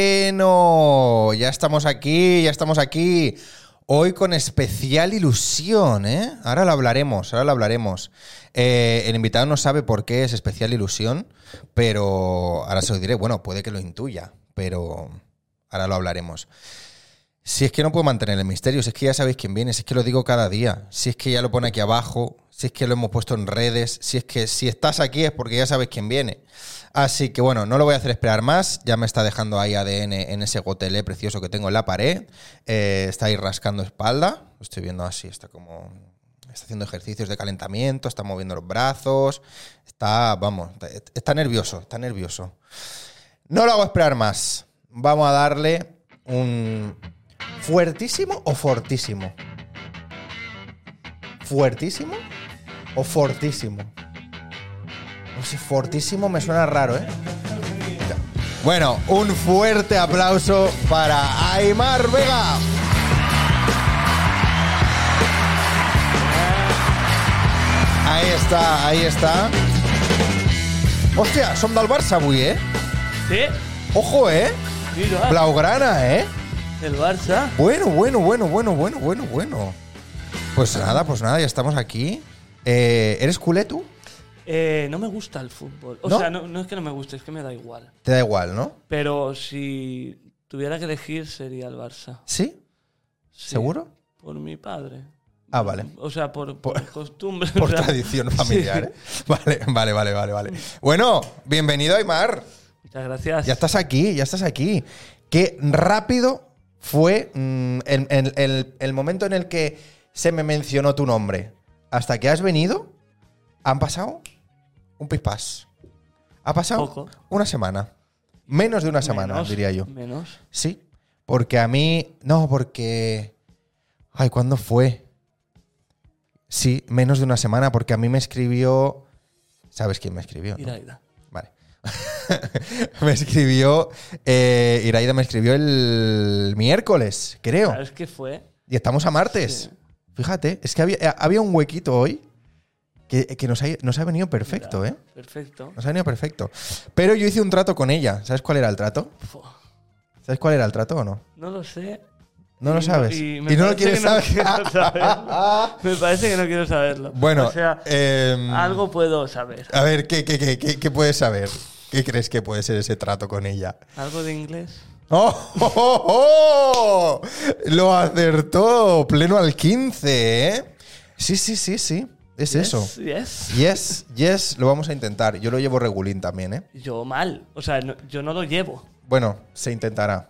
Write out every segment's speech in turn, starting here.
Bueno, ya estamos aquí, ya estamos aquí. Hoy con especial ilusión, ¿eh? Ahora lo hablaremos, ahora lo hablaremos. Eh, el invitado no sabe por qué es especial ilusión, pero ahora se lo diré. Bueno, puede que lo intuya, pero ahora lo hablaremos. Si es que no puedo mantener el misterio, si es que ya sabéis quién viene, si es que lo digo cada día, si es que ya lo pone aquí abajo, si es que lo hemos puesto en redes, si es que si estás aquí es porque ya sabes quién viene. Así que bueno, no lo voy a hacer esperar más, ya me está dejando ahí ADN en ese gotelé precioso que tengo en la pared, Eh, está ahí rascando espalda, lo estoy viendo así, está como... Está haciendo ejercicios de calentamiento, está moviendo los brazos, está, vamos, está- está nervioso, está nervioso. No lo hago esperar más. Vamos a darle un fuertísimo o fortísimo. ¿Fuertísimo o fortísimo? No sé, fortísimo me suena raro, ¿eh? Bueno, un fuerte aplauso para Aymar Vega. Ahí está, ahí está. Hostia, son del Barça avui, eh? Sí, Ojo, eh? mira, Blaugrana, eh? el Barça. Bueno, bueno, bueno, bueno, bueno, bueno, bueno. Pues nada, pues nada, ya estamos aquí. Eh, ¿Eres culé tú? Eh, no me gusta el fútbol. O ¿No? sea, no, no es que no me guste, es que me da igual. Te da igual, ¿no? Pero si tuviera que elegir sería el Barça. ¿Sí? Sí, ¿Seguro? Por mi padre. Ah, vale. O sea, por, Por- por, costumbre. o Por sea, tradición familiar, ¿eh? Vale, vale, vale, vale, vale. Bueno, bienvenido, Aymar. Muchas gracias. Ya estás aquí, ya estás aquí. Qué rápido fue mm, el, el- el- el momento en el que se me mencionó tu nombre. Hasta que has venido, han pasado un pispás. Ha pasado Poco. una semana. Menos de una semana, Menos, diría yo. Menos. Sí, porque a mí. No, porque. Ay, ¿cuándo fue? Sí, menos de una semana, porque a mí me escribió. ¿Sabes quién me escribió? no? Ira, ira. Vale. me escribió. eh, Iraida me escribió el miércoles, creo. ¿Sabes qué fue? Y estamos a martes. Sí. Fíjate, es que había, eh, había un huequito hoy que, que nos, ha, nos ha venido perfecto, ¿eh? Perfecto. Nos ha venido perfecto. Pero yo hice un trato con ella. ¿Sabes cuál era el trato? Fu, ¿Sabes cuál era el trato o no? No lo sé. No lo Y sabes. Y, Y, me no lo parece quieres que no saber. quiero saberlo. me parece que no quiero saberlo. bueno, O sea, em, algo puedo saber. a ver, ¿qué, qué, qué, qué, qué puedes saber? ¿Qué crees que puede ser ese trato con ella? ¿Algo de inglés? ¡Oh, oh, oh, oh! Lo acertó, pleno al 15, ¿eh? Sí, sí, sí, sí, es eso. Yes, Yes, yes. yes, lo vamos a intentar. Yo lo llevo regulín también, ¿eh? Yo mal. O sea, no- yo no lo llevo. Bueno, se intentará.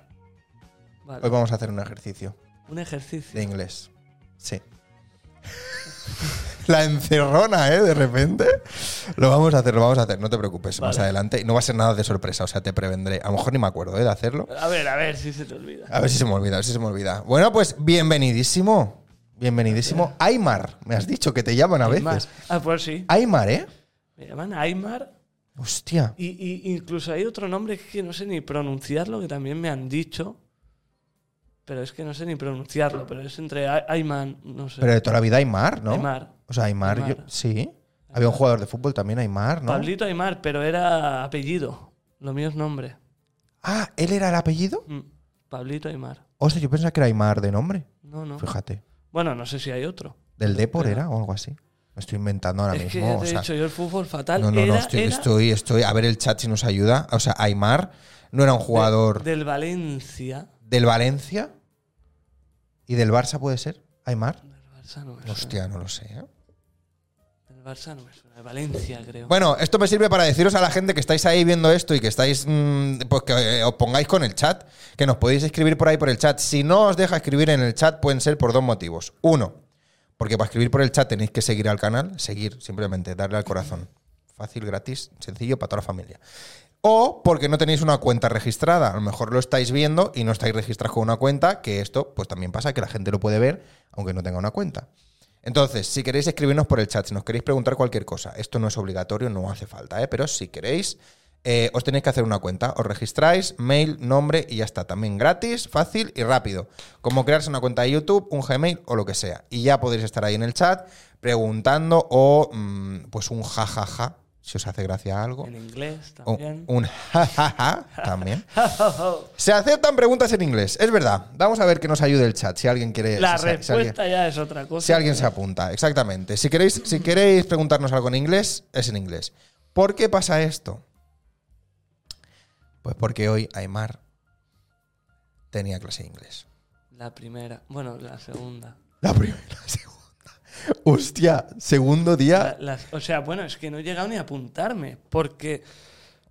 Vale. Hoy vamos a hacer un ejercicio Un ejercicio. de inglés. Sí. La encerrona, ¿eh? De repente. Lo vamos a hacer, lo vamos a hacer. No te preocupes, más Vale. adelante. No va a ser nada de sorpresa, o sea, te prevendré. A lo mejor ni me acuerdo, ¿eh? De hacerlo. A ver, a ver si se te olvida. A ver si se me olvida, a ver si se me olvida. Bueno, pues bienvenidísimo. Bienvenidísimo. Aymar, me has dicho que te llaman a Aymar. veces. Ah, pues sí. Aymar, ¿eh? Me llaman Aymar. Hostia. Y, y incluso hay otro nombre que no sé ni pronunciarlo, que también me han dicho. Pero es que no sé ni pronunciarlo. Pero es entre A- Ayman, no sé. Pero de toda la vida Aymar, ¿no? Aymar. O sea, Aymar, yo- Aymar. sí. Había un jugador de fútbol también, Aymar, ¿no? Pablito Aymar, pero era apellido. Lo mío es nombre. Ah, ¿él era el apellido? Mm. Pablito Aymar. Hostia, yo pensaba que era Aymar de nombre. No, no. Fíjate. Bueno, no sé si hay otro. Del Depor Pero- era o algo así. Me estoy inventando ahora Es que mismo. ya o te he sea, dicho yo el fútbol fatal. no, no, no, Era- estoy, era estoy, estoy. A ver el chat si nos ayuda. O sea, Aymar no era un jugador del Valencia. del Valencia y del Barça, ¿puede ser? Aymar. Del Barça no me suena. Hostia, no lo sé. ¿eh? Del Barça no me suena. De Valencia, creo. Bueno, esto me sirve para deciros a la gente que estáis ahí viendo esto y que estáis, mm, pues que eh, os pongáis con el chat, que nos podéis escribir por ahí por el chat. Si no os deja escribir en el chat, pueden ser por dos motivos. Uno, porque para escribir por el chat tenéis que seguir al canal, seguir, simplemente darle al corazón. Fácil, gratis, sencillo para toda la familia. O porque no tenéis una cuenta registrada. A lo mejor lo estáis viendo y no estáis registrados con una cuenta, que esto pues también pasa, que la gente lo puede ver aunque no tenga una cuenta. Entonces, si queréis escribirnos por el chat, si nos queréis preguntar cualquier cosa, esto no es obligatorio, no hace falta, ¿eh? pero si queréis, eh, os tenéis que hacer una cuenta. Os registráis, mail, nombre y ya está. También gratis, fácil y rápido. Como crearse una cuenta de YouTube, un Gmail o lo que sea. Y ya podéis estar ahí en el chat preguntando o mm, pues un jajaja si os hace gracia algo. En inglés O- también. Oh, Oh, un ja, ja, ja, también. Se aceptan preguntas en inglés, es verdad. Vamos a ver que nos ayude el chat, si alguien quiere... La si- si- si alguien- respuesta ya es otra cosa. Si alguien se apunta, exactamente. Si queréis, si queréis preguntarnos algo en inglés, es en inglés. ¿Por qué pasa esto? Pues porque hoy Aymar tenía clase de inglés. La primera. Bueno, la segunda. La primera, la segunda. Hostia, segundo día. La- las- o sea, bueno, es que no he llegado ni a apuntarme. Porque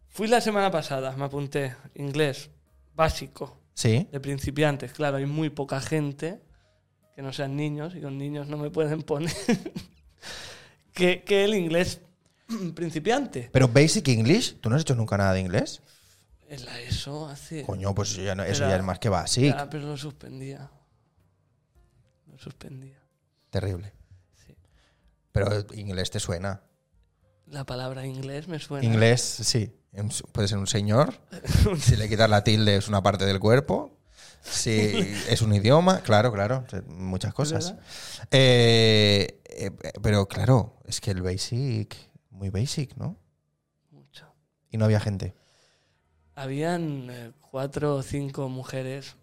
fui la semana pasada, me apunté. Inglés básico. Sí. de principiantes, claro, hay muy poca gente que no sean niños y con niños no me pueden poner que, que el inglés principiante. Pero Basic English, ¿tú no has hecho nunca nada de inglés? En la ESO hace... Coño, pues eso ya, no- eso Era- ya es más que basic. Ah, pero lo suspendía. Lo suspendía. Terrible. Sí. Pero inglés te suena. La palabra inglés me suena. Inglés, sí. Un- Puede ser un señor. Si le quitas la tilde es una parte del cuerpo. Si es un idioma, claro, claro. Muchas cosas. ¿Verdad? Eh, eh, pero claro, es que el basic, muy basic, ¿no? Mucho. Y no había gente. Habían eh, cuatro o cinco mujeres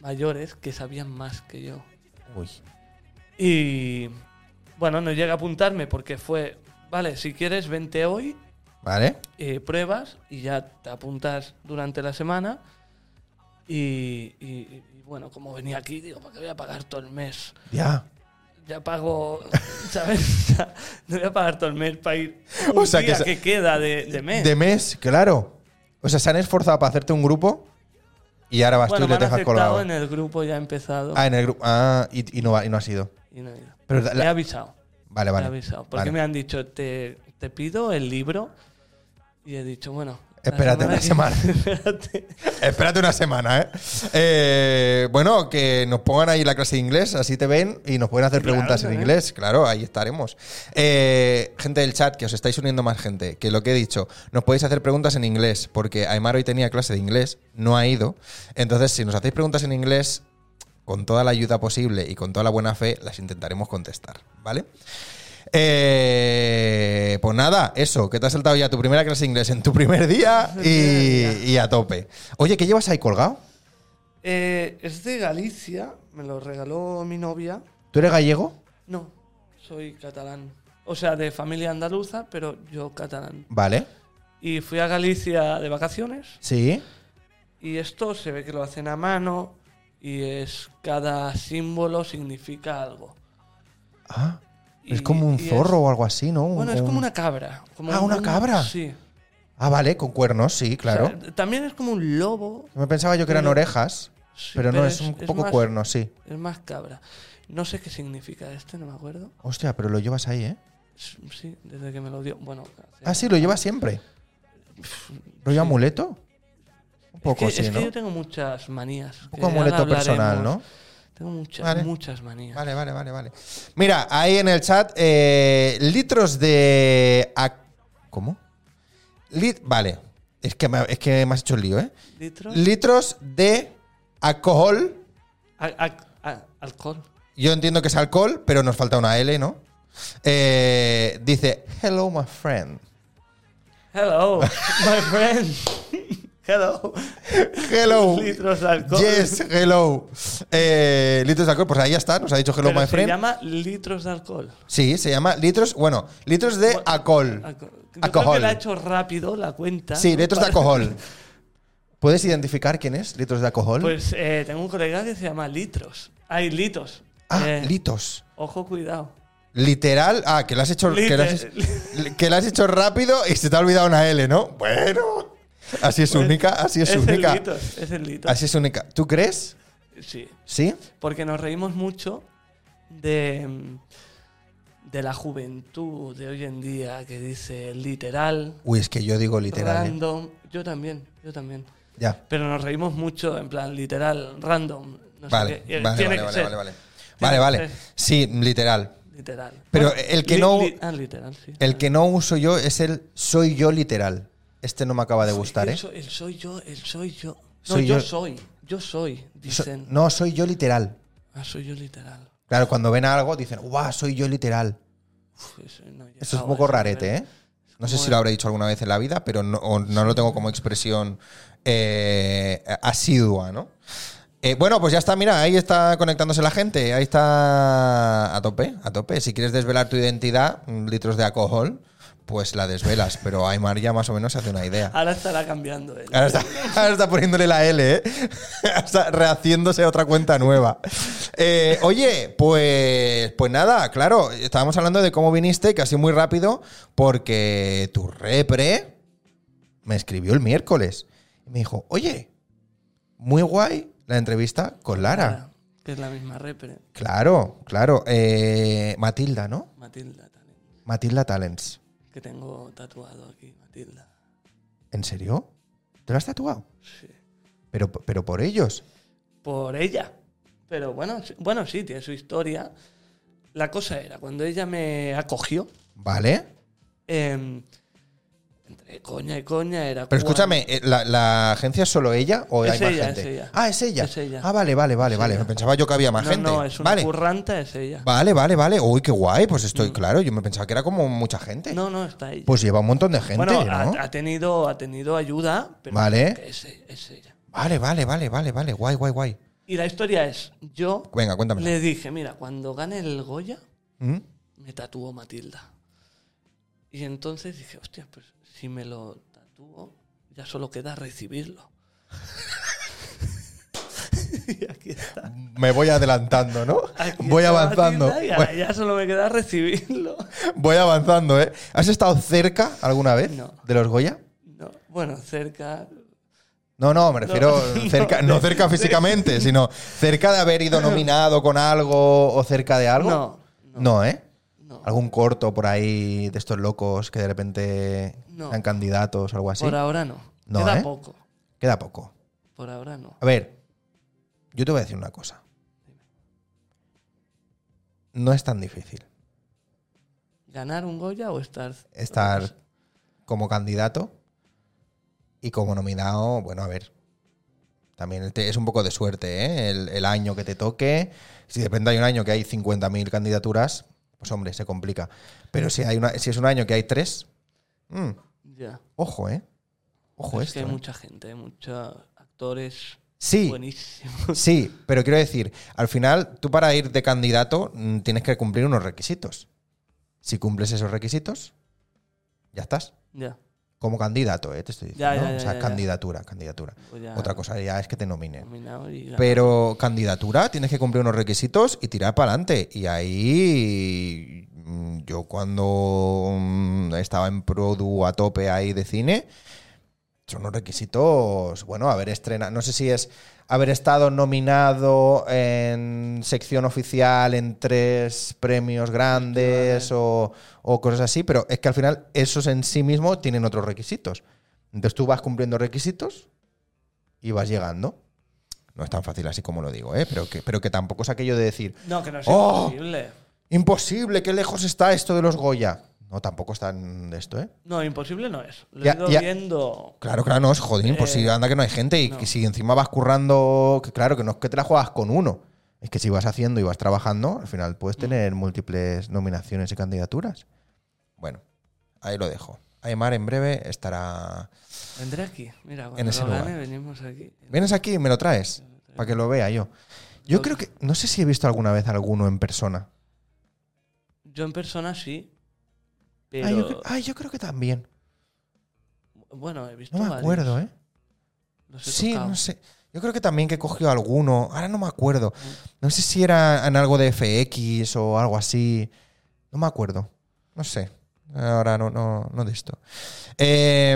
mayores que sabían más que yo. Uy. Y bueno, no llegué a apuntarme porque fue, vale, si quieres, vente hoy ¿Vale? eh, pruebas y ya te apuntas durante la semana. Y, y- y, bueno, como venía aquí, digo, ¿para qué voy a pagar todo el mes? Ya. Ya pago, ¿sabes? Ya, no voy a pagar todo el mes para ir un O sea, que día se- que, queda de, de mes. De mes, claro. O sea, se han esforzado para hacerte un grupo y ahora vas bueno, tú y me le han dejas aceptado colgado. en el grupo, ya he empezado. Ah, en el grupo. Ah, y, y no, ha- y no ha sido. y no he ido. Pero la- Me he avisado, Vale, me he vale. avisado. Porque vale. me han dicho, te, te pido el libro. Y he dicho, bueno... la Espérate una que- Espérate. Espérate una semana, ¿eh? Eh, Bueno, que nos pongan ahí la clase de inglés, así te ven y nos pueden hacer Claro, preguntas en también. inglés, claro, ahí estaremos. Eh, gente del chat, que os estáis uniendo más gente, que lo que he dicho, nos podéis hacer preguntas en inglés, porque Aymar hoy tenía clase de inglés, no ha ido. Entonces, si nos hacéis preguntas en inglés, con toda la ayuda posible y con toda la buena fe, las intentaremos contestar, ¿vale? Eh, pues nada, eso, que te has saltado ya tu primera clase de inglés en tu primer día y, y a tope. Oye, ¿qué llevas ahí colgado? Eh, es de Galicia, me lo regaló mi novia. ¿Tú eres gallego? No, soy catalán. O sea, de familia andaluza, pero yo catalán. Vale. Y fui a Galicia de vacaciones Sí. y esto se ve que lo hacen a mano y es cada símbolo significa algo. Ah, es Y- como un y es- zorro o algo así, ¿no? Un- bueno, es un- como una cabra. como Ah, un- ¿una un- cabra? Sí. Ah, vale, con cuernos, sí, claro. O sea, también es como un lobo, Me pensaba yo que eran pero- orejas, sí, pero no, es un poco más- cuernos, sí. Es más cabra. No sé qué significa este, no me acuerdo. Hostia, pero lo llevas ahí, ¿eh? S- Sí, desde que me lo dio. Bueno, hace- Ah, sí, lo llevas siempre. ¿Rollo amuleto? Un Es que, poco, sí, es que ¿no? yo tengo muchas manías. Un poco amuleto personal, ¿no? Tengo muchas, Vale. muchas manías. Vale, vale, vale, vale. Mira, ahí en el chat, eh, litros de. ac- ¿Cómo? Lit- vale. Es que, me, es que me has hecho el lío, ¿eh? ¿Litros? Litros de alcohol. A- a- a- alcohol. Yo entiendo que es alcohol, pero nos falta una L, ¿no? Eh, dice, hello, my friend. Hello, my friend. Hello. Hello. Litros de alcohol. Yes, hello. Eh, litros de alcohol, pues ahí ya está, nos ha dicho hello, Pero my se friend. llama litros de alcohol. Sí, se llama litros, bueno, litros de Bueno, ah, alcohol. Alco- Yo creo Alcohol. que la ha hecho rápido la cuenta. Sí, litros de Para- alcohol. ¿Puedes identificar quién es litros de alcohol? Pues eh, tengo un colega que se llama litros. Hay litos. ah, Eh, litos. Ojo, cuidado. Literal. Ah, que lo has hecho, que lo has, Liter- que lo has hecho rápido y se te ha olvidado una L, ¿no? Bueno. Así es única, así es, Pues, es única. El litos, es el litos. Así es única. ¿Tú crees? Sí. ¿Sí? porque nos reímos mucho de, mm, de la juventud de hoy en día que dice literal, Uy, es que yo digo literal. ¿eh? random. Yo también, yo también. Ya. Pero nos reímos mucho en plan literal, random. No sé Vale, qué. vale, Y vale, tiene vale, que vale, ser vale. Vale, Tiene vale. que ser. Sí, literal. Literal. Pero el que no- ah, literal, sí. El que no uso yo es el soy yo literal. Este no me acaba de gustar, el, ¿eh? so- el soy yo, el soy yo. No, Soy yo, yo. soy. Yo soy, So- dicen. no, soy yo literal. Ah, soy yo literal. Claro, cuando ven algo dicen, ¡guau! Soy yo literal. Uf, eso, no he Eso es llegado un a poco ese rarete, nivel. ¿eh? No sé si Bueno. lo habré dicho alguna vez en la vida, pero no, o no lo tengo como expresión eh, asidua, ¿no? Eh, bueno, pues ya está, mira, ahí está conectándose la gente, ahí está a tope, a tope. Si quieres desvelar tu identidad, mm, litros de alcohol, pues la desvelas, pero Aymar ya más o menos se hace una idea. Ahora estará cambiando él. Ahora está, ahora está poniéndole la L, ¿eh? Ahora Está rehaciéndose otra cuenta nueva. Eh, oye, pues, pues nada, claro, estábamos hablando de cómo viniste, casi muy rápido, porque tu repre me escribió el miércoles. Y me dijo, oye, muy guay la entrevista con Lara. Que es la misma repre, Claro, claro. eh, Matilda, ¿no? Matilda también. Matilda Talents. Que tengo tatuado aquí, Matilda. ¿En serio? ¿Te lo has tatuado? Sí. Pero, pero por ellos. por ella. Pero bueno, sí- bueno, sí, tiene su historia. La cosa era, cuando ella me acogió, ¿Vale? em, entre coña y coña era... Pero como- escúchame, eh, ¿la, la agencia es solo ella o Es hay más ella, gente? es ella. Ah, es ella. Es ella. Ah, vale, vale, vale, Es vale. ella. Pensaba yo que había más no, gente. No, es una vale. curranta, es ella. vale, vale, vale. Uy, qué guay, pues estoy claro. Yo me pensaba que era como mucha gente. Mm. No, no, está ella. Pues lleva un montón de gente, bueno, ¿no? ha, ha tenido, ha tenido ayuda, pero Vale. que es, e- es ella. Vale, vale, vale, vale, vale. Guay, guay, guay. Y la historia es, yo Venga, cuéntame. le dije, mira, cuando gane el Goya, ¿Mm? me tatuó Matilda. Y entonces dije, hostia, pues si me lo tatúo, ya solo queda recibirlo. y aquí está. Me voy adelantando, ¿no? Aquí Voy está avanzando. Matilda y ahora ya solo me queda recibirlo. Voy avanzando, ¿eh? ¿Has estado cerca alguna vez No. de los Goya? No, bueno, cerca. No, no, me refiero no, cerca, no, cerca físicamente, sino cerca de haber ido nominado con algo o cerca de algo. No, no. No, ¿eh? No. Algún corto por ahí de estos locos que de repente No. sean candidatos o algo así. Por ahora no. No, queda ¿eh? poco. Queda poco. Por ahora no. A ver, yo te voy a decir una cosa. No es tan difícil ¿Ganar un Goya o estar? estar como candidato y como nominado, bueno, a ver. También te- es un poco de suerte, ¿eh? El, el año que te toque. Si de repente hay un año que hay 50.000 candidaturas, pues hombre, se complica. Pero si, hay una, si es un año que hay tres, mm, Ya. ojo, ¿eh? Ojo es que esto. hay ¿eh? mucha gente, hay muchos actores Sí, buenísimos. sí, pero quiero decir, al final, tú para ir de candidato mm, tienes que cumplir unos requisitos. Si cumples esos requisitos, ya estás. Ya. Como candidato, ¿eh? te estoy Ya, diciendo. ¿no? ya, ya, o sea, ya, ya. candidatura, candidatura. Pues ya Otra cosa ya es que te nominen. nominado y ganar. Pero candidatura, tienes que cumplir unos requisitos y tirar para adelante. Y ahí mm, yo cuando mm, estaba en Produ a tope ahí de cine, son unos requisitos, bueno, haber estrenado, no sé si es haber estado nominado en sección oficial en tres premios grandes o, o cosas así, pero es que al final esos en sí mismos tienen otros requisitos. Entonces tú vas cumpliendo requisitos y vas llegando. No es tan fácil así como lo digo, ¿eh? pero, que, pero que tampoco es aquello de decir, No, que no es ¡Oh! imposible. imposible, qué lejos está esto de los Goya. No, tampoco es tan de esto, ¿eh? No, imposible no es. Lo Ya, he ido ya. viendo. Claro, claro, no, es jodido, imposible. Eh, Anda que no hay gente. Y no. que si encima vas currando, que claro, que no es que te la juegas con uno. Es que si vas haciendo y vas trabajando, al final Mm. puedes tener múltiples nominaciones y candidaturas. Bueno, ahí lo dejo. Aymar en breve estará. Vendré aquí. Mira, cuando En ese lo gane, lugar. venimos aquí. ¿Vienes aquí y me lo traes? Para que lo vea yo. Yo creo que. No sé si he visto alguna vez alguno en persona. Yo en persona sí. Pero. Ah, yo, cre- ah, yo creo que también. Bueno, he visto. No me varios. acuerdo, ¿eh? Los he Sí, tocado. no sé. Yo creo que también que cogió alguno. Ahora no me acuerdo. No sé si era en algo de FX o algo así. No me acuerdo. No sé. Ahora no, no, no de esto. Eh,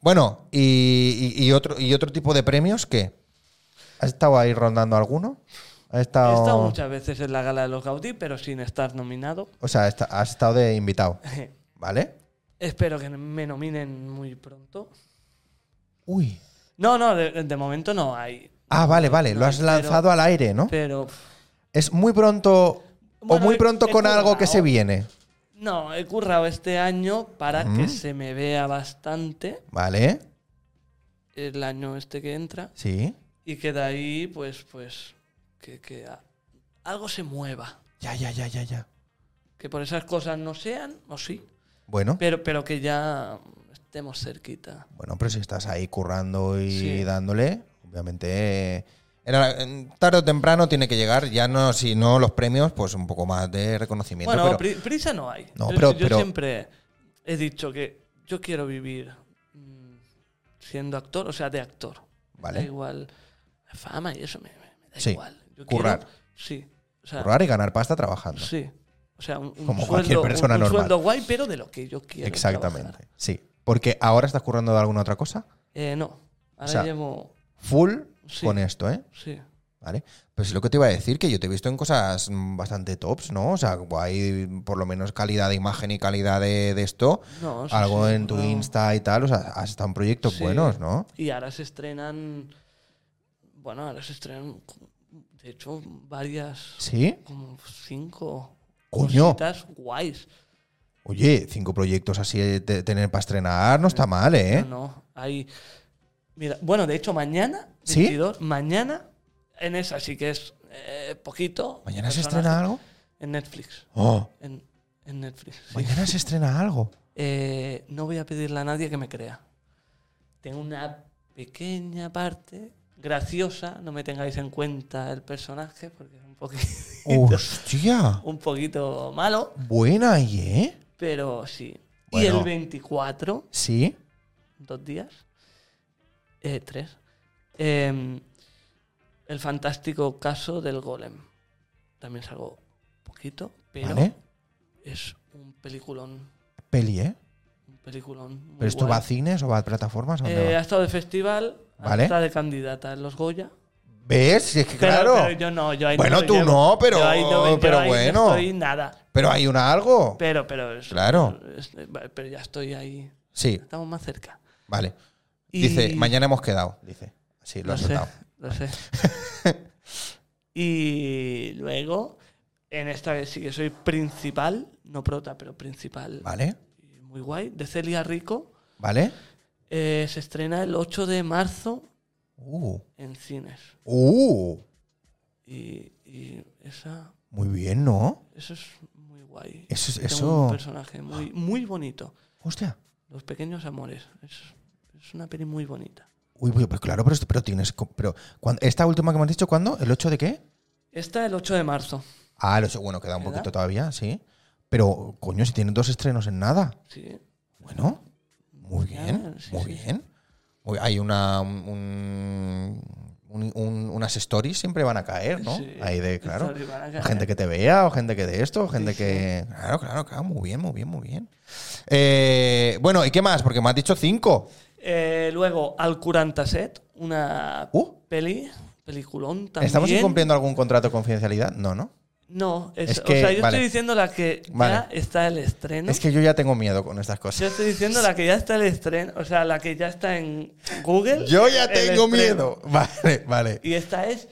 bueno, y, y- y otro, ¿y otro tipo de premios qué? ¿Has estado ahí rondando alguno? ¿Has He estado, estado muchas veces en la gala de los Gaudí, pero sin estar nominado. O sea, esta- has estado de invitado, ¿vale? Espero que me nominen muy pronto. Uy. No, no, de, de momento no hay. Ah, vale, vale. No, Lo has pero- lanzado al aire, ¿no? Pero. Es muy pronto... Bueno, o muy he- pronto he con algo que se currado. viene. No, he currado este año para Mm. que se me vea bastante ¿Vale? el año este que entra. Sí. y que de ahí, pues, pues, que, que a- algo se mueva. Ya, ya, ya, ya, ya. Que por esas cosas no sean, o sí, Bueno, Pero, pero que ya estemos cerquita. bueno, pero si estás ahí currando y Sí. dándole, obviamente eh, era- en- tarde o temprano tiene que llegar, ya no, si no los premios, pues un poco más de reconocimiento. Bueno, pero- pri- prisa no hay. No, yo pero- yo pero- siempre he dicho que yo quiero vivir mm, siendo actor, o sea, de actor. Me Vale. Da igual la fama y eso me, me- me da Sí, igual. Yo currar. quiero- sí. O sea, currar y ganar pasta trabajando. Sí. O sea, un, un Como sueldo, cualquier persona un- un normal. sueldo guay, pero de lo que yo quiero. Exactamente, trabajar. sí. Porque ahora estás currando de alguna otra cosa, Eh, no. Ahora sea- llevo. full Sí. con esto, ¿eh? Sí. Vale. Pues lo que te iba a decir, que yo te he visto en cosas mm, bastante tops, ¿no? O sea, hay por lo menos calidad de imagen y calidad de, de esto. No, sí, Algo sí, en tu no. Insta y tal. O sea, has estado en proyectos Sí. buenos, ¿no? Y ahora se estrenan. Bueno, ahora se estrenan. De hecho, varias. Sí. Como cinco. Coño. Cositas guays. Oye, cinco proyectos así de tener para estrenar no está mal, ¿eh? No, no. Hay. Mira, bueno, de hecho, mañana. ¿Sí? 22, Mañana. En esa sí que es eh, poquito. ¿Mañana se personaje estrena algo? En Netflix. Oh, En, en Netflix. sí. mañana se estrena algo. Eh, no voy a pedirle a nadie que me crea. Tengo una pequeña parte graciosa, no me tengáis en cuenta el personaje porque es un poquito, ¡Hostia! un poquito malo, Buena ahí, ¿eh? pero sí. Y Bueno. el 24, Sí. dos días, eh, tres, eh, el fantástico caso del golem. También salgo poquito, pero Vale. es un peliculón. Peli, ¿eh? Un peliculón. muy ¿Pero esto guay. va a cines o va a plataformas? ¿A dónde Eh, va? ha estado de festival, Vale. está de candidata en los Goya. ¿Ves? Si es que Pero- claro. pero yo no, yo ahí Bueno, lo tú llevo. no, pero- Yo ahí no, yo pero ahí no bueno. estoy nada. Pero hay una algo. Pero, pero es- Claro. es- pero ya estoy ahí. Sí, Estamos más cerca. vale. Y- Dice, mañana hemos quedado. Dice. Sí, lo Lo has sé, soltado. lo sé. y luego, en esta vez sí que soy principal, no prota, pero principal. Vale, Y Muy guay. De Celia Rico. vale. eh, se estrena el 8 de marzo Uh, en cines. uh, Y- y esa muy bien, ¿no? Eso es muy guay. Eso es- Tengo eso- Un personaje muy, muy bonito. Hostia. Los pequeños amores. Es, es una peli muy bonita. Uy, uy, pues claro, pero, esto- pero tienes. co- Pero, ¿cuán- ¿Esta última que me has dicho cuándo? ¿El 8 de qué? Esta el 8 de marzo. Ah, el 8, bueno, queda un ¿Queda? poquito todavía, sí. Pero, coño, si tienen dos estrenos en nada. Sí. Bueno, muy bien, Claro, sí, muy sí. bien. Muy- Hay una. un- un- un- unas stories siempre van a caer, ¿no? Sí. Ahí de, claro. Sorry, van a O caer. Gente que te vea, o gente que de esto, o gente sí. que. Claro, claro, claro, muy bien, muy bien, muy bien. Eh, bueno, ¿y qué más? Porque me has dicho cinco. Eh, luego, Al Curantaset, una Uh. peli, peliculón también. ¿Estamos incumpliendo algún contrato de confidencialidad? No, no. No, es, Es que- o sea, yo vale. estoy diciendo la que Vale. ya está el estreno. Es que yo ya tengo miedo con estas Yo cosas. estoy diciendo la que ya está el estreno, o sea, la que ya está en Google. Yo ya el tengo estreno. miedo. Vale, vale. Y esta es.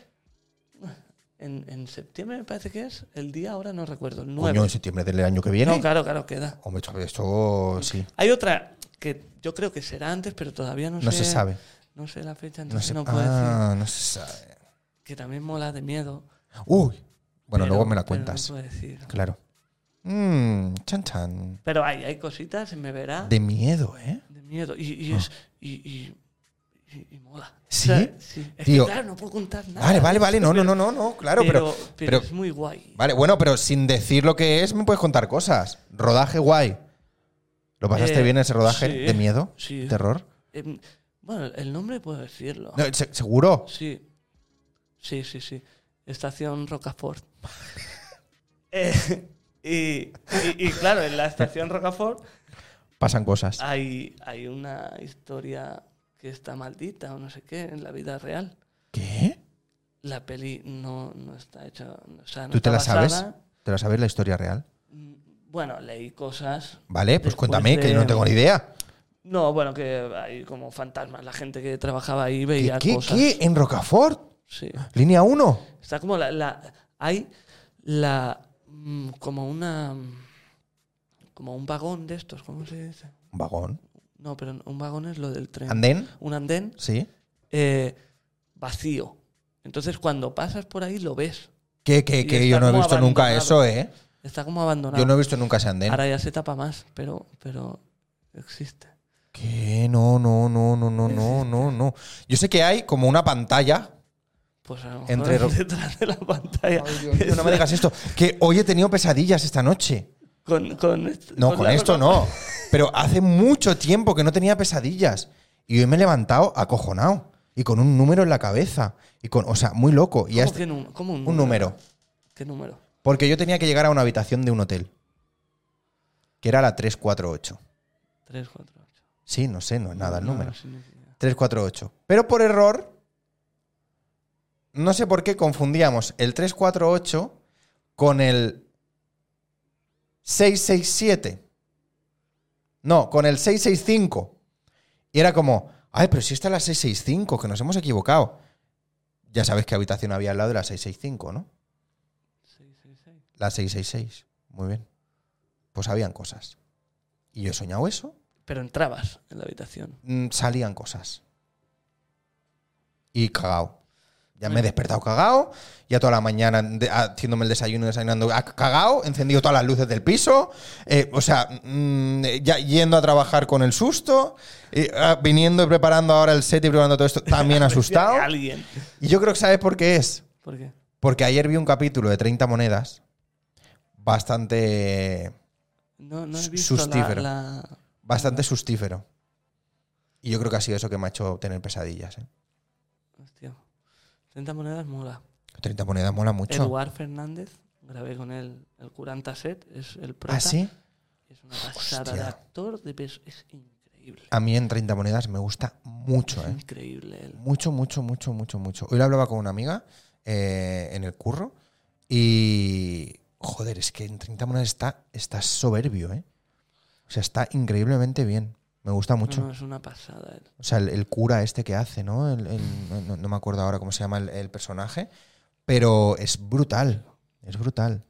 En, en septiembre me parece que es. El día ahora no recuerdo. El 9. Coño, en septiembre del año que viene. no, claro, claro, queda. Hombre, esto- esto sí. Hay otra que yo creo que será antes, pero todavía no, No se sé. sabe. No sé la No fecha, entonces se, no, puedo decir. ah, no se sabe. Que también mola de miedo. Uy. Bueno, pero- luego me la pero no cuentas. puedo decir. Claro. Mmm, chan chan. Pero hay, hay cositas, se me verá. De, De miedo, ¿eh? miedo. Y, y es. Y, y, y- y mola. ¿Sí? O sea, sí. Es Tío. que, claro, no puedo contar nada. Vale, vale, vale. No, no, no, no, no. Claro, pero. pero, pero- es muy guay. Vale, bueno, pero sin decir lo que es, me puedes contar cosas. Rodaje guay. ¿Lo pasaste Eh, bien ese rodaje sí, de miedo? sí. ¿Terror? Em, bueno, el nombre puedo decirlo. No, se- ¿Seguro? Sí. Sí, sí, sí. Estación Rocafort. Eh, y, y- y claro, en la estación Rocafort Pasan cosas. Ah. hay, hay una historia que está maldita o no sé qué en la vida real. ¿Qué? La peli no, no está hecha. o sea, no ¿Tú te está la basada. sabes? ¿Te la sabes la historia real? Mm, Bueno, leí cosas. Vale, pues Después cuéntame, que yo no de- tengo ni idea. No, bueno, que hay como fantasmas. La gente que trabajaba ahí ¿Qué, veía qué, cosas. qué? en Rocafort? Sí. ¿Línea 1? Está como la. la- hay la. mm, Como una. mm, Como un vagón de estos, ¿cómo se dice? ¿Un vagón? No, pero un vagón es lo del tren. ¿Andén? Un andén ¿Sí? eh, vacío. Entonces cuando pasas por ahí lo ves. Que, que, Y que está yo no he como visto nunca abandonado. eso, ¿eh? Está como abandonado. Yo no he visto nunca ese andén. Ahora ya se tapa más, pero, pero existe. ¿Qué? No, no, no, no, no, no, no, no. Yo sé que hay como una pantalla. Pues a lo mejor Entre ro- detrás de la pantalla. Tío, no me digas esto. Que hoy he tenido pesadillas esta noche. Con, con est- No, con la- esto no. Pero hace mucho tiempo que no tenía pesadillas. Y hoy me he levantado acojonado. Y con un número en la cabeza. Y con, o sea, muy loco. Y ¿Cómo hasta- que nu- cómo un número. ¿Qué número? Porque yo tenía que llegar a una habitación de un hotel. Que era la 348. 3, 4, 8. Sí, no sé, no es nada el número. sí, no, sí, no. 348. Pero por error, no sé por qué confundíamos el 348 con el 667. No, con el 665. Y era como, ay, pero si está la 665, que nos hemos equivocado. Ya sabes qué habitación había al lado de la 665, ¿no? Seis, seis, seis. La 666. Muy bien. Pues habían cosas. Y yo he soñado eso. Pero entrabas en la habitación. mm, salían cosas. Y cagao. Ya me he Bueno. despertado cagao, ya toda la mañana de- haciéndome el desayuno, desayunando ah, cagao, encendido todas las luces del piso, eh, o sea, mm, eh, ya yendo a trabajar con el susto, eh, ah, viniendo y preparando ahora el set y preparando todo esto, también asustado. Alguien. Y yo creo que sabes por qué es. ¿Por qué? Porque ayer vi un capítulo de 30 monedas bastante, No, no he Su- visto la, sustífero. la- bastante sustífero. Y yo creo que ha sido eso que me ha hecho tener pesadillas. ¿eh? Hostia. 30 monedas mola. 30 monedas mola mucho. Eduard Fernández, grabé con él el Curanta Set, es el prota. ¿Ah, sí? Es una pasada de Hostia. actor, de pes- es increíble. A mí en 30 monedas me gusta mucho, es ¿eh? increíble él. Mucho, mucho, mucho, mucho, mucho. Hoy lo hablaba con una amiga eh, en el curro y... Joder, es que en 30 monedas está, está soberbio, ¿eh? O sea, está increíblemente bien. Me gusta No, mucho. no, es una pasada él. O sea, el, el cura este que hace, ¿no? El- el- no- no, no me acuerdo ahora cómo se llama el, el personaje, pero es brutal, es brutal.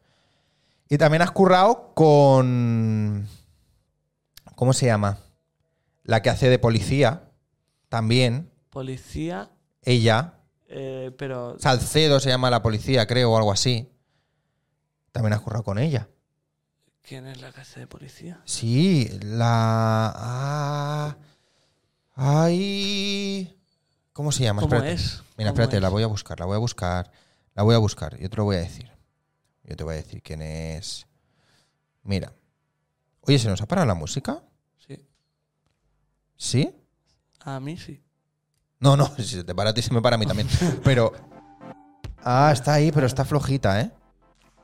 Y también has currado con... ¿Cómo se llama? La que hace de policía, también, Policía, ella. eh, pero Salcedo se llama la policía, creo, o algo así. También has currado con ella. ¿quién es la casa de policía? Sí, la... ah, ay... ¿Cómo se llama? ¿Cómo Espérate. es? Mira, ¿Cómo espérate, la es? voy a buscar, la voy a buscar, la voy a buscar. Yo te lo voy a decir. Yo te voy a decir quién es. Mira. Oye, ¿se nos ha parado la música? Sí. ¿Sí? A mí sí. No, no, si se te para a ti, se me para a mí también. Pero. Ah, está ahí, pero está flojita, ¿eh?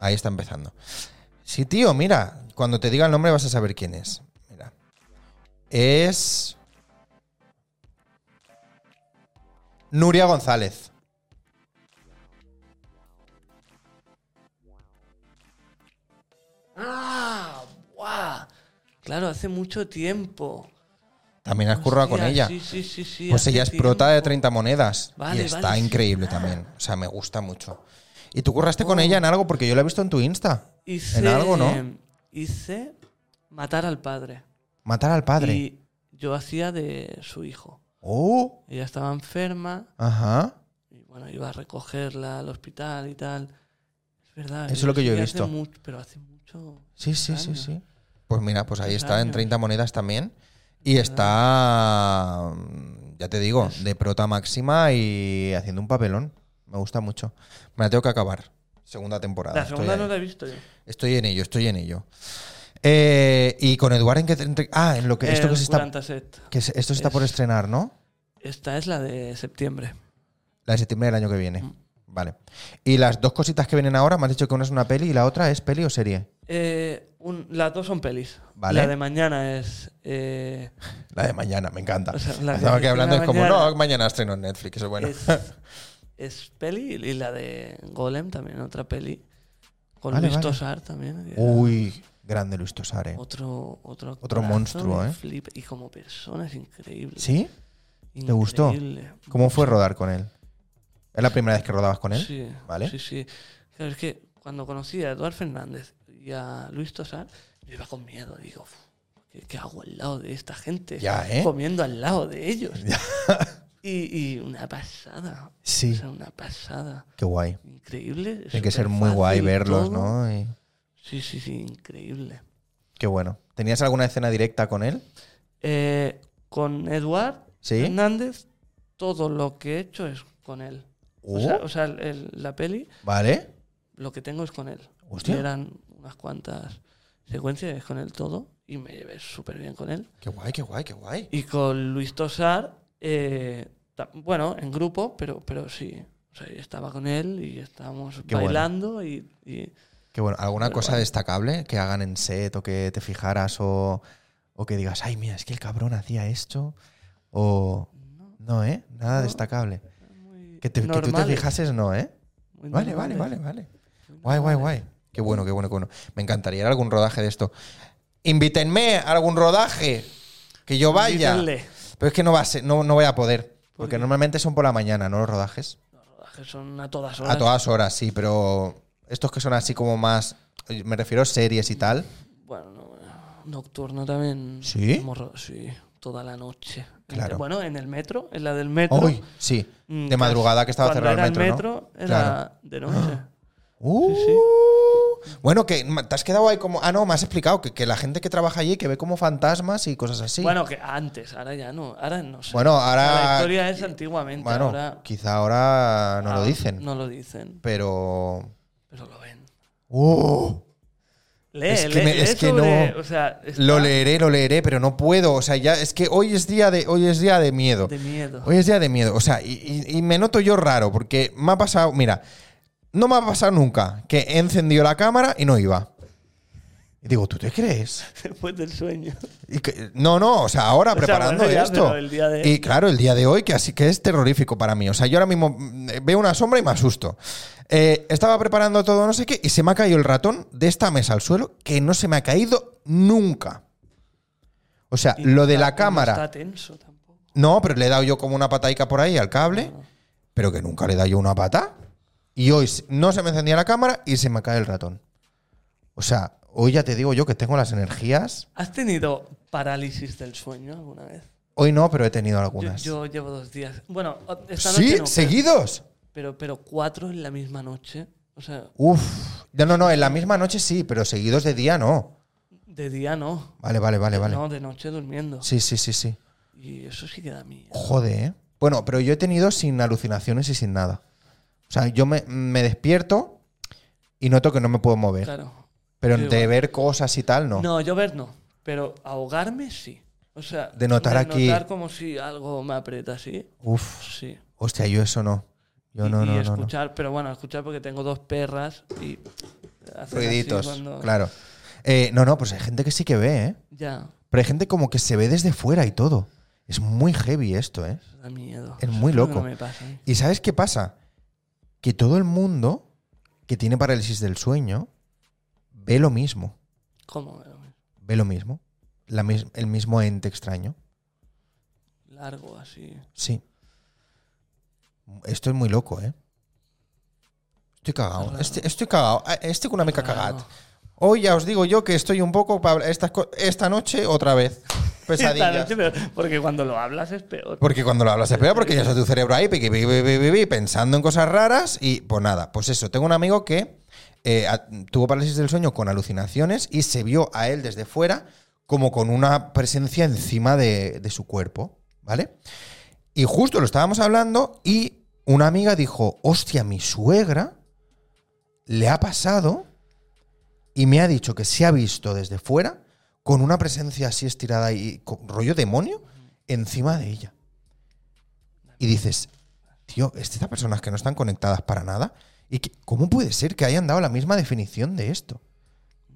Ahí está empezando. Sí, tío, mira. Cuando te diga el nombre vas a saber quién es. Mira. Es. Nuria González. ¡Ah! ¡Guau! Claro, hace mucho tiempo. También has currado con Hostia, ella. Sí, sí, sí, sí. Pues hace ella es prota de tiempo. 30 monedas. Vale, y está vale, sí. increíble también. O sea, me gusta mucho. ¿Y tú curraste Oh. con ella en algo? Porque yo la he visto en tu Insta. Hice, en algo, ¿no? Hice matar al padre. Matar al padre. Y yo hacía de su hijo. ¡Oh! Ella estaba enferma Ajá. y bueno, iba a recogerla al hospital y tal. Es verdad. Eso es lo que yo he hace visto. mucho- pero hace mucho. Sí, sí, sí, años. sí. Pues mira, pues ahí Tres está en años. 30 monedas también. Y está, mm, ya te digo, de prota máxima y haciendo un papelón. Me gusta mucho. Me la tengo que acabar. Segunda temporada. La Ah, Estoy segunda ahí. no la he visto yo. Estoy en ello, estoy en ello. Eh, y con Eduard en qué... te- Ah, en lo que... Esto El que se está... Curantaset. Que se- esto está por Es- estrenar, ¿no? Esta es la de septiembre. La de septiembre del año que Mm. viene. Vale. Y las dos cositas que vienen ahora, me has dicho que una es una peli y la otra es peli o serie. Eh, un- las dos son pelis. Vale. La de mañana es. eh, La de mañana, me encanta. O sea, la que Estaba aquí dice hablando, la es como, mañana. no, mañana estreno en Netflix, eso es bueno. es, es peli y la de Golem también, otra peli. Con Vale, Luis vale. Tosar también. que era Uy, grande Luis ¿eh? Tosare. Otro, Otro otro, actorazo, monstruo, me ¿eh? flipa. Y como persona es increíble. ¿Sí? ¿Te gustó? ¿Cómo fue rodar con él? ¿Es la primera vez que rodabas con él? Sí, ¿Eh? ¿Vale? sí, sí. Claro, es que cuando conocí a Eduardo Fernández y a Luis Tosar, yo iba con miedo. Digo, "Uf, ¿qué, qué hago al lado de esta gente? Ya, ¿eh? Comiendo al lado de ellos. Y, y una pasada. O Sí. sea, una pasada. Qué guay. Increíble. Tiene que ser muy guay verlos, ¿no? Y- Sí, sí, sí, increíble. Qué bueno. ¿Tenías alguna escena directa con él? Eh, con Eduard Sí. Hernández, todo lo que he hecho es con él. O Oh. sea, o sea, el- el- la peli, Vale. lo que tengo es con él. Hostia. Y eran unas cuantas secuencias con él todo y me llevé súper bien con él. Qué guay, qué guay, qué guay. Y con Luis Tosar, eh, ta- bueno, en grupo, pero, pero sí. O sea, yo estaba con él y estábamos Qué bueno. bailando y- y Qué bueno. ¿Alguna Pero cosa bueno. destacable que hagan en set o que te fijaras o, o que digas, ay, mira, es que el cabrón hacía esto? O. No, No, ¿eh? Nada No. destacable. muy Que, te- que tú te normales, fijases, no, ¿eh? muy Vale, vale, vale, normales, vale. muy Guay, guay, normales. guay. Qué bueno, qué bueno, qué bueno. Me encantaría ir a algún rodaje de esto. Invítenme a algún rodaje. Que yo vaya. Invítenle. Pero es que no, va a ser- no, no voy a poder. ¿Por Porque qué? normalmente son por la mañana, ¿no? Los rodajes. Los rodajes son a todas horas. A todas horas, sí, pero estos que son así como más. Me refiero a series y tal. Bueno, no, eh, nocturno también. ¿Sí? hemos ro- sí, toda la noche. Claro. Bueno, en el metro, en la del metro. Hoy, sí. mm, De casi- madrugada que estaba cuando cerrado el era metro. ¿no? metro era Claro. de noche. Uh. Sí, sí. Bueno, que ma- te has quedado ahí como. Ah, no, me has explicado que, que la gente que trabaja allí que ve como fantasmas y cosas así. Bueno, que antes, ahora ya no. Ahora no sé. Bueno, ahora- La historia es antiguamente. Bueno, ahora, quizá ahora no lo ahora dicen. No lo dicen, Pero. pero lo ven. Uh. Lee, Es que lee, me- lee es que sobre- no- O sea, está Lo leeré, lo leeré, pero no puedo. O sea, ya es que hoy es día de, hoy es día de miedo. de miedo. Hoy es día de miedo. O sea, y, y- y me noto yo raro porque me ha pasado. Mira, no me ha pasado nunca que he encendido la cámara y no iba. Y digo, ¿tú te crees? Después del sueño. Y que- no, no, o sea, ahora O sea, preparando bueno, ya, esto. pero el día de- Y claro, el día de hoy, que así que es terrorífico para mí. O sea, yo ahora mismo mm, veo una sombra y me asusto. Eh, estaba preparando todo, no sé qué, y se me ha caído el ratón de esta mesa al suelo, que no se me ha caído nunca. O sea, Y Ah, lo no de está- la cámara. No está tenso tampoco. No, pero le he dado yo como una pataica por ahí al cable, Ah. pero que nunca le he dado yo una pata. Y hoy s- no se me encendía la cámara y se me cae el ratón. O sea, hoy ya te digo yo que tengo las energías. ¿Has tenido parálisis del sueño alguna vez? Hoy no, pero he tenido Yo, algunas. yo llevo dos días. Bueno, esta noche sí, no, seguidos. pero, pero cuatro en la misma noche. O sea, Uf. No, no, no, en la misma noche sí, pero seguidos de día no. de día no. Vale, vale, vale, vale. No, de noche durmiendo. Sí, sí, sí, sí. Y eso sí que da miedo. Joder, ¿eh? Bueno, pero yo he tenido sin alucinaciones y sin nada. O sea, yo me, me despierto y noto que no me puedo mover. Claro. Pero yo de igual. ver cosas y tal, no. No, yo ver no. Pero ahogarme sí. O sea, De notar aquí- notar como si algo me aprieta así. Uf. Sí. Hostia, yo eso no. Yo y, no, y no, no, no. escuchar, pero bueno, escuchar porque tengo dos perras y hacen así Ruiditos, cuando- claro. Eh, no, no, pues hay gente que sí que ve, ¿eh? Ya, Pero hay gente como que se ve desde fuera y todo. Es muy heavy esto, ¿eh? eso da miedo. Es Eso muy creo que loco. no me pasa, ¿eh? ¿Y sabes qué pasa? Que todo el mundo que tiene parálisis del sueño ve lo mismo. ¿Cómo? Ve lo mismo. La mis- el mismo ente extraño. Largo así. Sí. Esto es muy loco, ¿eh? Estoy cagado. Raro. Estoy, estoy cagado. Ah, Estoy con una meca Raro. cagada. Hoy ya os digo yo que estoy un poco para estas co- esta noche otra vez. Esta Pesadillas. noche, pero- porque cuando lo hablas es peor. Porque cuando lo hablas se pega porque ya está tu cerebro ahí piqui, piqui, piqui, piqui, pensando en cosas raras y pues nada, pues eso, tengo un amigo que eh, a- tuvo parálisis del sueño con alucinaciones y se vio a él desde fuera como con una presencia encima de, de su cuerpo, ¿vale? Y justo lo estábamos hablando y una amiga dijo, hostia, mi suegra le ha pasado y me ha dicho que se ha visto desde fuera con una presencia así estirada y con rollo demonio encima de ella. Y dices, tío, es de estas personas que no están conectadas para nada, ¿y que- cómo puede ser que hayan dado la misma definición de esto?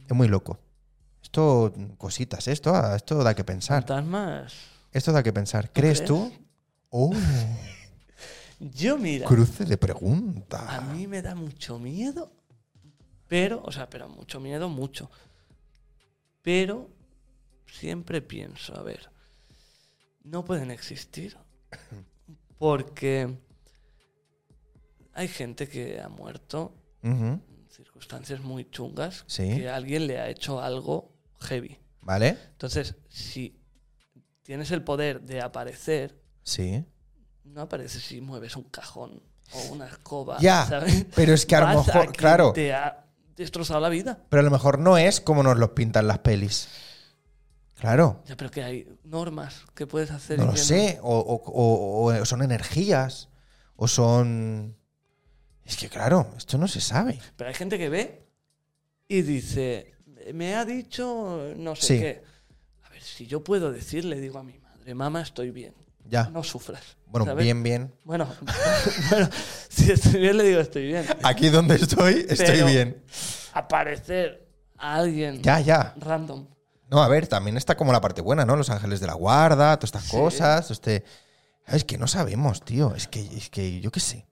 Es muy loco. Esto, cositas, esto, ah, esto da que pensar. Fantasmas. Esto da que pensar. ¿Crees crees? tú? Oh, Yo, mira, cruce de a preguntas. mí me da mucho miedo, pero, o sea, pero mucho miedo, mucho. Pero siempre pienso, a ver, no pueden existir porque hay gente que ha muerto Ujú, en circunstancias muy chungas, Sí. que alguien le ha hecho algo heavy. ¿Vale? Entonces, si tienes el poder de aparecer, Sí. no aparece si mueves un cajón o una escoba. Ya, ¿sabes? pero es que a lo Vas mejor- quien claro. Te ha destrozado la vida. Pero a lo mejor no es como nos lo pintan las pelis. Claro. Ya, pero que hay normas que puedes hacer. No y lo que sé. O, o- o- o son energías. O son. Es que claro, esto no se sabe. Pero hay gente que ve y dice, me ha dicho no sé Sí. qué. A ver, si yo puedo decirle, digo a mi madre, mamá, estoy bien. Ya. No sufras. Ah. bueno, ¿sabes? bien, bien. Bueno, bueno, si estoy bien, le digo estoy bien. Aquí donde estoy, estoy Pero- bien. Aparecer a alguien Ya, ya. random. No, a ver, también está como la parte buena, ¿no? Los ángeles de la guarda, todas estas Sí. cosas, todo este. Es que no sabemos, tío. Es que, es que yo qué sé.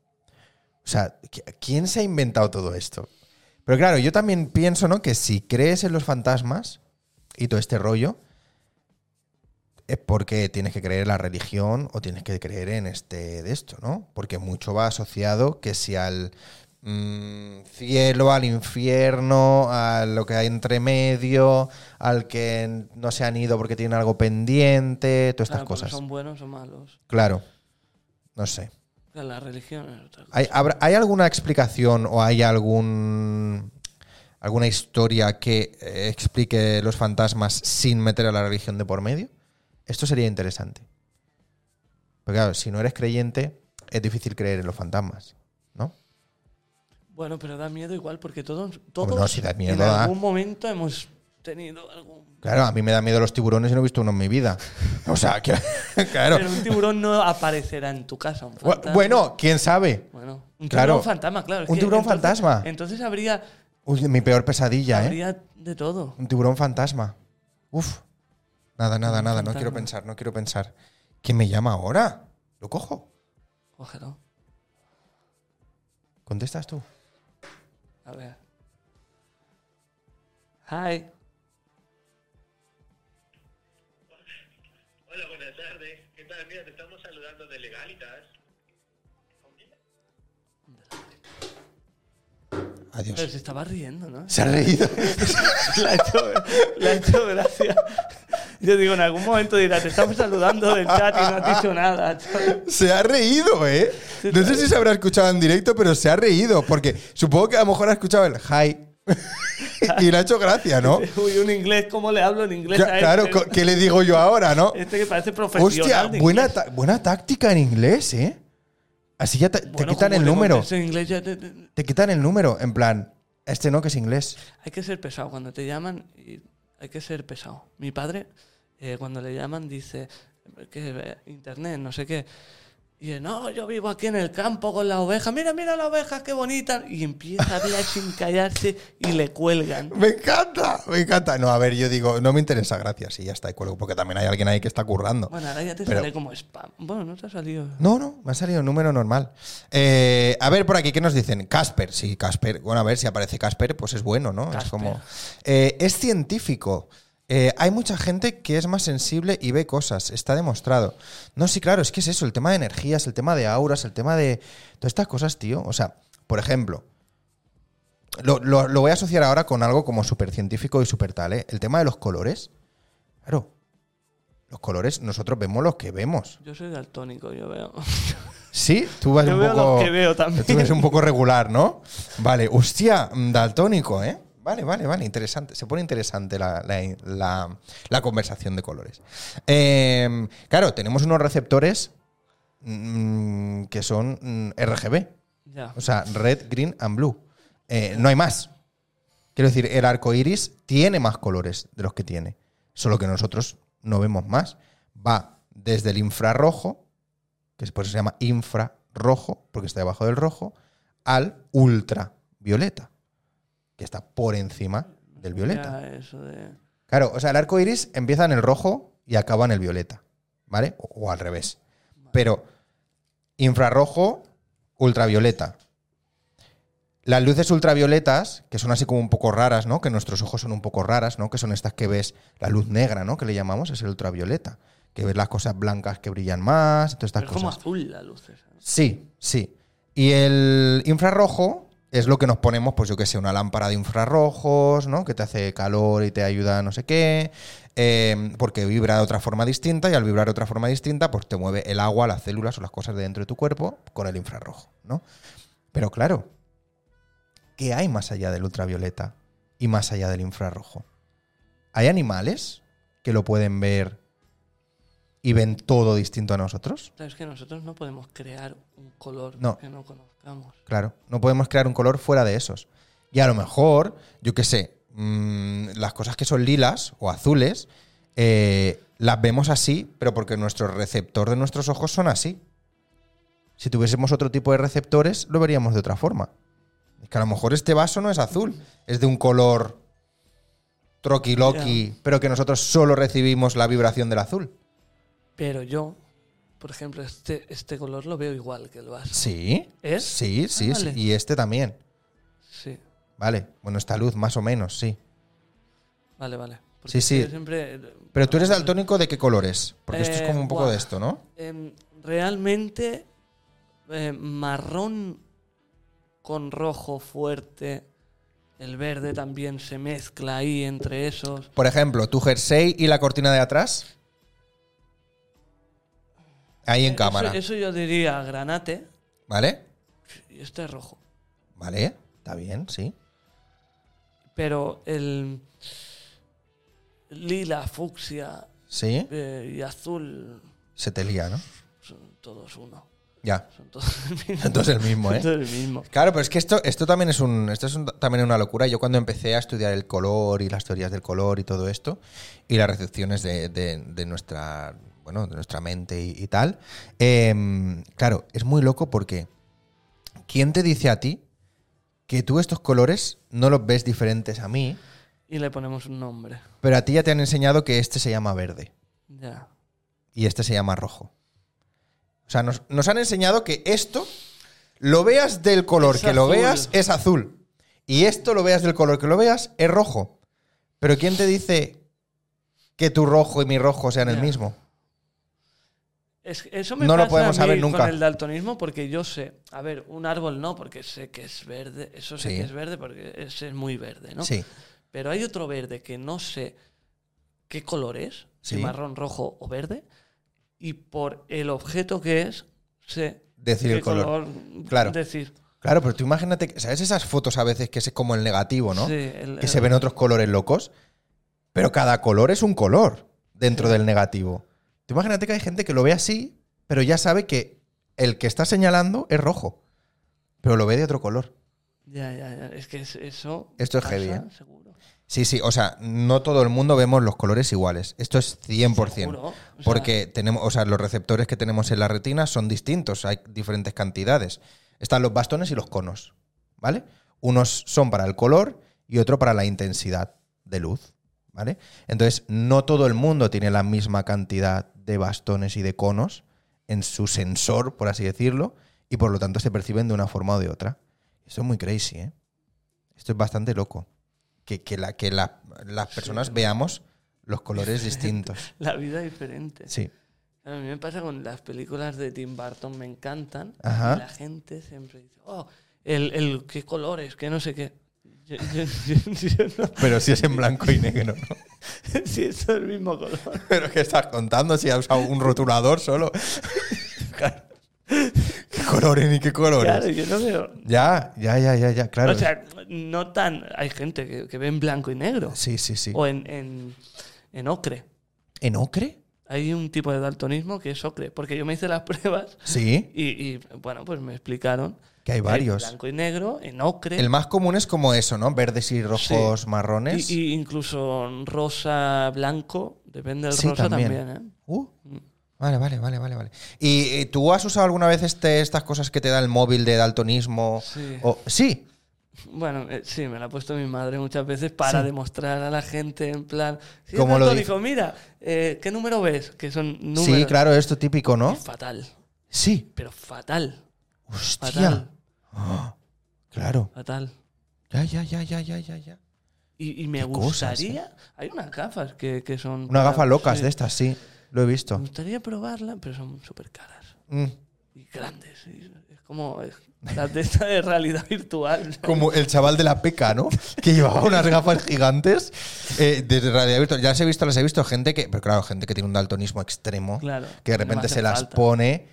O sea, ¿qui- ¿quién se ha inventado todo esto? Pero claro, yo también pienso, ¿no? Que si crees en los fantasmas y todo este rollo, es porque tienes que creer en la religión o tienes que creer en este de esto, ¿no? Porque mucho va asociado que si al mm, cielo, al infierno, a lo que hay entre medio, al que no se han ido porque tienen algo pendiente, todas Claro, estas porque cosas. pues Son buenos o malos. Claro. No sé. Claro, La religión es otra cosa. ¿Hay, habrá- hay alguna explicación o hay algún alguna historia que eh, explique los fantasmas sin meter a la religión de por medio? Esto sería interesante. Porque claro, si no eres creyente, es difícil creer en los fantasmas, ¿no? Bueno, pero da miedo igual porque todos, todos no, si da miedo, en da. algún momento hemos tenido algún... Claro, a mí me da miedo los tiburones y no he visto uno en mi vida. O sea, que- claro. Pero un tiburón no aparecerá en tu casa. Un Bu- fantasma. Bueno, quién sabe. Bueno, un tiburón Claro. fantasma, claro. es Un que tiburón entonces- fantasma. Entonces habría, Uy, mi peor pesadilla, ¿eh? habría de todo. Un tiburón fantasma. Uf. Nada, nada, nada. No quiero fantasma. pensar, no quiero pensar. ¿Quién me llama ahora? Lo cojo. Ojalá. Contestas tú. A ver. Hi. Hola, buenas tardes. ¿Qué tal? Mira, te estamos saludando de Legalitas. Pero Adiós. se estaba riendo, ¿no? Se ha reído. Le ha hecho, le ha hecho gracia. Yo digo, en algún momento dirá, te estamos saludando del chat y no has dicho nada. ¿sabes? Se ha reído, ¿eh? No sé si se habrá escuchado en directo, pero se ha reído. Porque supongo que a lo mejor ha escuchado el hi. y le ha hecho gracia, ¿no? Uy, un inglés, ¿cómo le hablo en inglés a Cla- este? Claro, co- ¿qué le digo yo ahora, no? Este que parece profesional. Hostia, de buena, inglés. ta- buena táctica en inglés, ¿eh? Así ya te, te Bueno, quitan como el le número. contestes en inglés, ya te- te- Te quitan el número. En plan, este no que es inglés. Hay que ser pesado cuando te llaman, y hay que ser pesado. Mi padre, eh, cuando le llaman, dice que eh, internet, no sé qué. Y dice, no, yo vivo aquí en el campo con las ovejas. Mira, mira las ovejas, qué bonitas. Y empieza a hablar sin callarse y le cuelgan. Me encanta, me encanta. No, a ver, yo digo, no me interesa, gracias. Y ya está, y cuelgo, porque también hay alguien ahí que está currando. Bueno, ahora ya te Pero- sale como spam. Bueno, no te ha salido. No, no, me ha salido un número normal. Eh, a ver, por aquí, ¿qué nos dicen? Casper, sí, Casper. Bueno, a ver, si aparece Casper, pues es bueno, ¿no? Es Casper. como. Eh, es científico. Eh, hay mucha gente que es más sensible y ve cosas, está demostrado. No, sí, claro, es que es eso, el tema de energías, el tema de auras, el tema de. Todas estas cosas, tío. O sea, por ejemplo, lo, lo- lo voy a asociar ahora con algo como súper científico y súper tal, ¿eh? El tema de los colores. Claro. Los colores, nosotros vemos los que vemos. Yo soy daltónico, yo veo. Sí, tú vas Yo un veo poco. los que veo también. Tú eres un poco regular, ¿no? Vale, hostia, mm, daltónico, ¿eh? Vale, vale, vale, interesante. Se pone interesante la, la- la- la conversación de colores. Eh, claro, tenemos unos receptores mm, que son mm, RGB, Ya. o sea, red, green and blue. Eh, no hay más. Quiero decir, el arco iris tiene más colores de los que tiene, solo que nosotros no vemos más. Va desde el infrarrojo, que por eso se llama infrarrojo, porque está debajo del rojo, al ultravioleta, que está por encima del violeta. Ya, eso de. Claro, o sea, el arco iris empieza en el rojo y acaba en el violeta, ¿vale? O, o al revés. Pero infrarrojo, ultravioleta. Las luces ultravioletas, que son así como un poco raras, ¿no? Que nuestros ojos son un poco raras, ¿no? Que son estas que ves, la luz negra, ¿no? Que le llamamos, es el ultravioleta. Que ves las cosas blancas que brillan más, todas estas Es cosas. como azul la luz esa. Sí, sí. Y el infrarrojo es lo que nos ponemos, pues yo que sé, una lámpara de infrarrojos, ¿no? Que te hace calor y te ayuda a no sé qué. eh, porque vibra de otra forma distinta y al vibrar de otra forma distinta, pues te mueve el agua, las células o las cosas de dentro de tu cuerpo con el infrarrojo, ¿no? Pero claro, ¿Qué hay más allá del ultravioleta y más allá del infrarrojo? ¿Hay animales que lo pueden ver y ven todo distinto a nosotros? Claro, es que nosotros no podemos crear un color No. que no conozcamos. Claro, no podemos crear un color fuera de esos. Y a lo mejor, yo qué sé, mm, las cosas que son lilas o azules, eh, las vemos así, pero porque nuestro receptor de nuestros ojos son así. Si tuviésemos otro tipo de receptores, lo veríamos de otra forma. Es que a lo mejor este vaso no es azul, es de un color troquiloqui, pero que nosotros solo recibimos la vibración del azul. Pero yo, por ejemplo, este, este color lo veo igual que el vaso. Sí. ¿Es? Sí, sí, Ah, sí. vale. Y este también. Sí, Vale. Bueno, esta luz, más o menos, sí. vale, vale. Porque Sí, es sí. que yo siempre- Pero tú eres daltónico de qué colores? Porque esto es Eh, como un poco buah. de esto, ¿no? Em, realmente eh, marrón con rojo fuerte. El verde también se mezcla ahí entre esos. Por ejemplo, tu jersey y la cortina de atrás. Ahí en Eso- cámara. Eh, Eso, yo diría granate ¿Vale? y este es rojo. Vale, está bien, sí. Pero el lila, fucsia Sí. eh, y azul Se te lía, ¿no? son todos uno. Ya. Son Entonces todos el mismo. el mismo, Son ¿eh? todos el mismo. Claro, pero es que esto, esto también es un. Esto es un- también una locura. Yo cuando empecé a estudiar el color y las teorías del color y todo esto, y las recepciones de, de- de nuestra. Bueno, de nuestra mente y, y tal. em, claro, es muy loco porque. ¿Quién te dice a ti que tú estos colores no los ves diferentes a mí? Y le ponemos un nombre. Pero a ti ya te han enseñado que este se llama verde Ya. y este se llama rojo. O sea, nos, nos han enseñado que esto, lo veas del color Es que lo azul. veas, es azul. Y esto, lo veas del color que lo veas, es rojo. Pero ¿quién te dice que tu rojo y mi rojo sean el Ya. mismo? Es- eso me No lo pasa podemos a mí saber nunca. Con el daltonismo, porque yo sé, a ver, un árbol no, porque sé que es verde, eso sé Sí. que es verde porque ese es muy verde, ¿no? Sí, Pero hay otro verde que no sé qué color es, si Sí. marrón, rojo o verde, y por el objeto que es, sé decir qué el color. Claro. claro. decir. Claro, pero tú imagínate, que- ¿sabes esas fotos a veces que es como el negativo, no? Sí, el- que se ven otros colores locos, pero cada color es un color dentro del negativo. Tú imagínate que hay gente que lo ve así, pero ya sabe que el que está señalando es rojo, pero lo ve de otro color. Ya, ya, ya. Es que es- eso. Esto es heavy, ¿eh? Seguro. Sí, sí, o sea, no todo el mundo vemos los colores iguales. Esto es 100%. Seguro, o sea- porque tenemos, o sea, los receptores que tenemos en la retina son distintos, hay diferentes cantidades. Están los bastones y los conos, ¿vale? Unos son para el color y otro para la intensidad de luz, ¿vale? Entonces, no todo el mundo tiene la misma cantidad de bastones y de conos en su sensor, por así decirlo, y por lo tanto se perciben de una forma o de otra. Esto es muy crazy, ¿eh? Esto es bastante loco. Que, que la, que la- las personas veamos los colores distintos. La vida diferente. Sí. A mí me pasa con las películas de Tim Burton, me encantan. Ajá. Y la gente siempre dice, oh, el, el qué colores, que no sé qué. Yo, yo- yo- yo no- Pero si es en blanco y negro. ¿no? si es el mismo color. ¿Pero qué estás contando? Si ha usado un rotulador solo. Claro. ¿Qué colores ni qué colores? Claro, yo no veo. Ya, ya, ya, ya, ya, claro. O sea, no tan. Hay gente que, que ve en blanco y negro. sí, sí, sí. O en, en, en ocre. ¿En ocre? Hay un tipo de daltonismo que es ocre. Porque yo me hice las pruebas Sí. y, y, bueno, pues me explicaron. Que hay varios. En blanco y negro, en ocre. El más común es como eso, ¿no? Verdes y rojos marrones. Y, y incluso rosa, blanco, depende del Sí, rosa también. también. ¿eh? Uh, Vale, vale, vale, vale, vale. ¿Y eh, tú has usado alguna vez este- estas cosas que te da el móvil de daltonismo? Sí. O- sí. Bueno, eh, sí, me la ha puesto mi madre muchas veces para Sí. demostrar a la gente en plan, sí, ¿Cómo lo Antónico, mira, eh, ¿qué número ves? Que son números. Sí, claro, esto típico, ¿no? Es fatal, Sí. pero fatal, Hostia. fatal, Claro. fatal. Ya, ya, ya, ya, ya, ya, ya. Y, y me Qué cosas, eh. gustaría, hay unas gafas que, que son... Unas gafas locas sí. de estas, sí. Lo he Me visto. gustaría probarlas, pero son súper caras Mm. y grandes. y es como eh, las de esta de realidad virtual. ¿no? Como el chaval de la peca, ¿no? Que llevaba unas gafas gigantes eh, de realidad virtual. Ya las he visto, las he visto gente que. Pero claro, gente que tiene un daltonismo extremo. Claro, que de no me repente hace se las falta. pone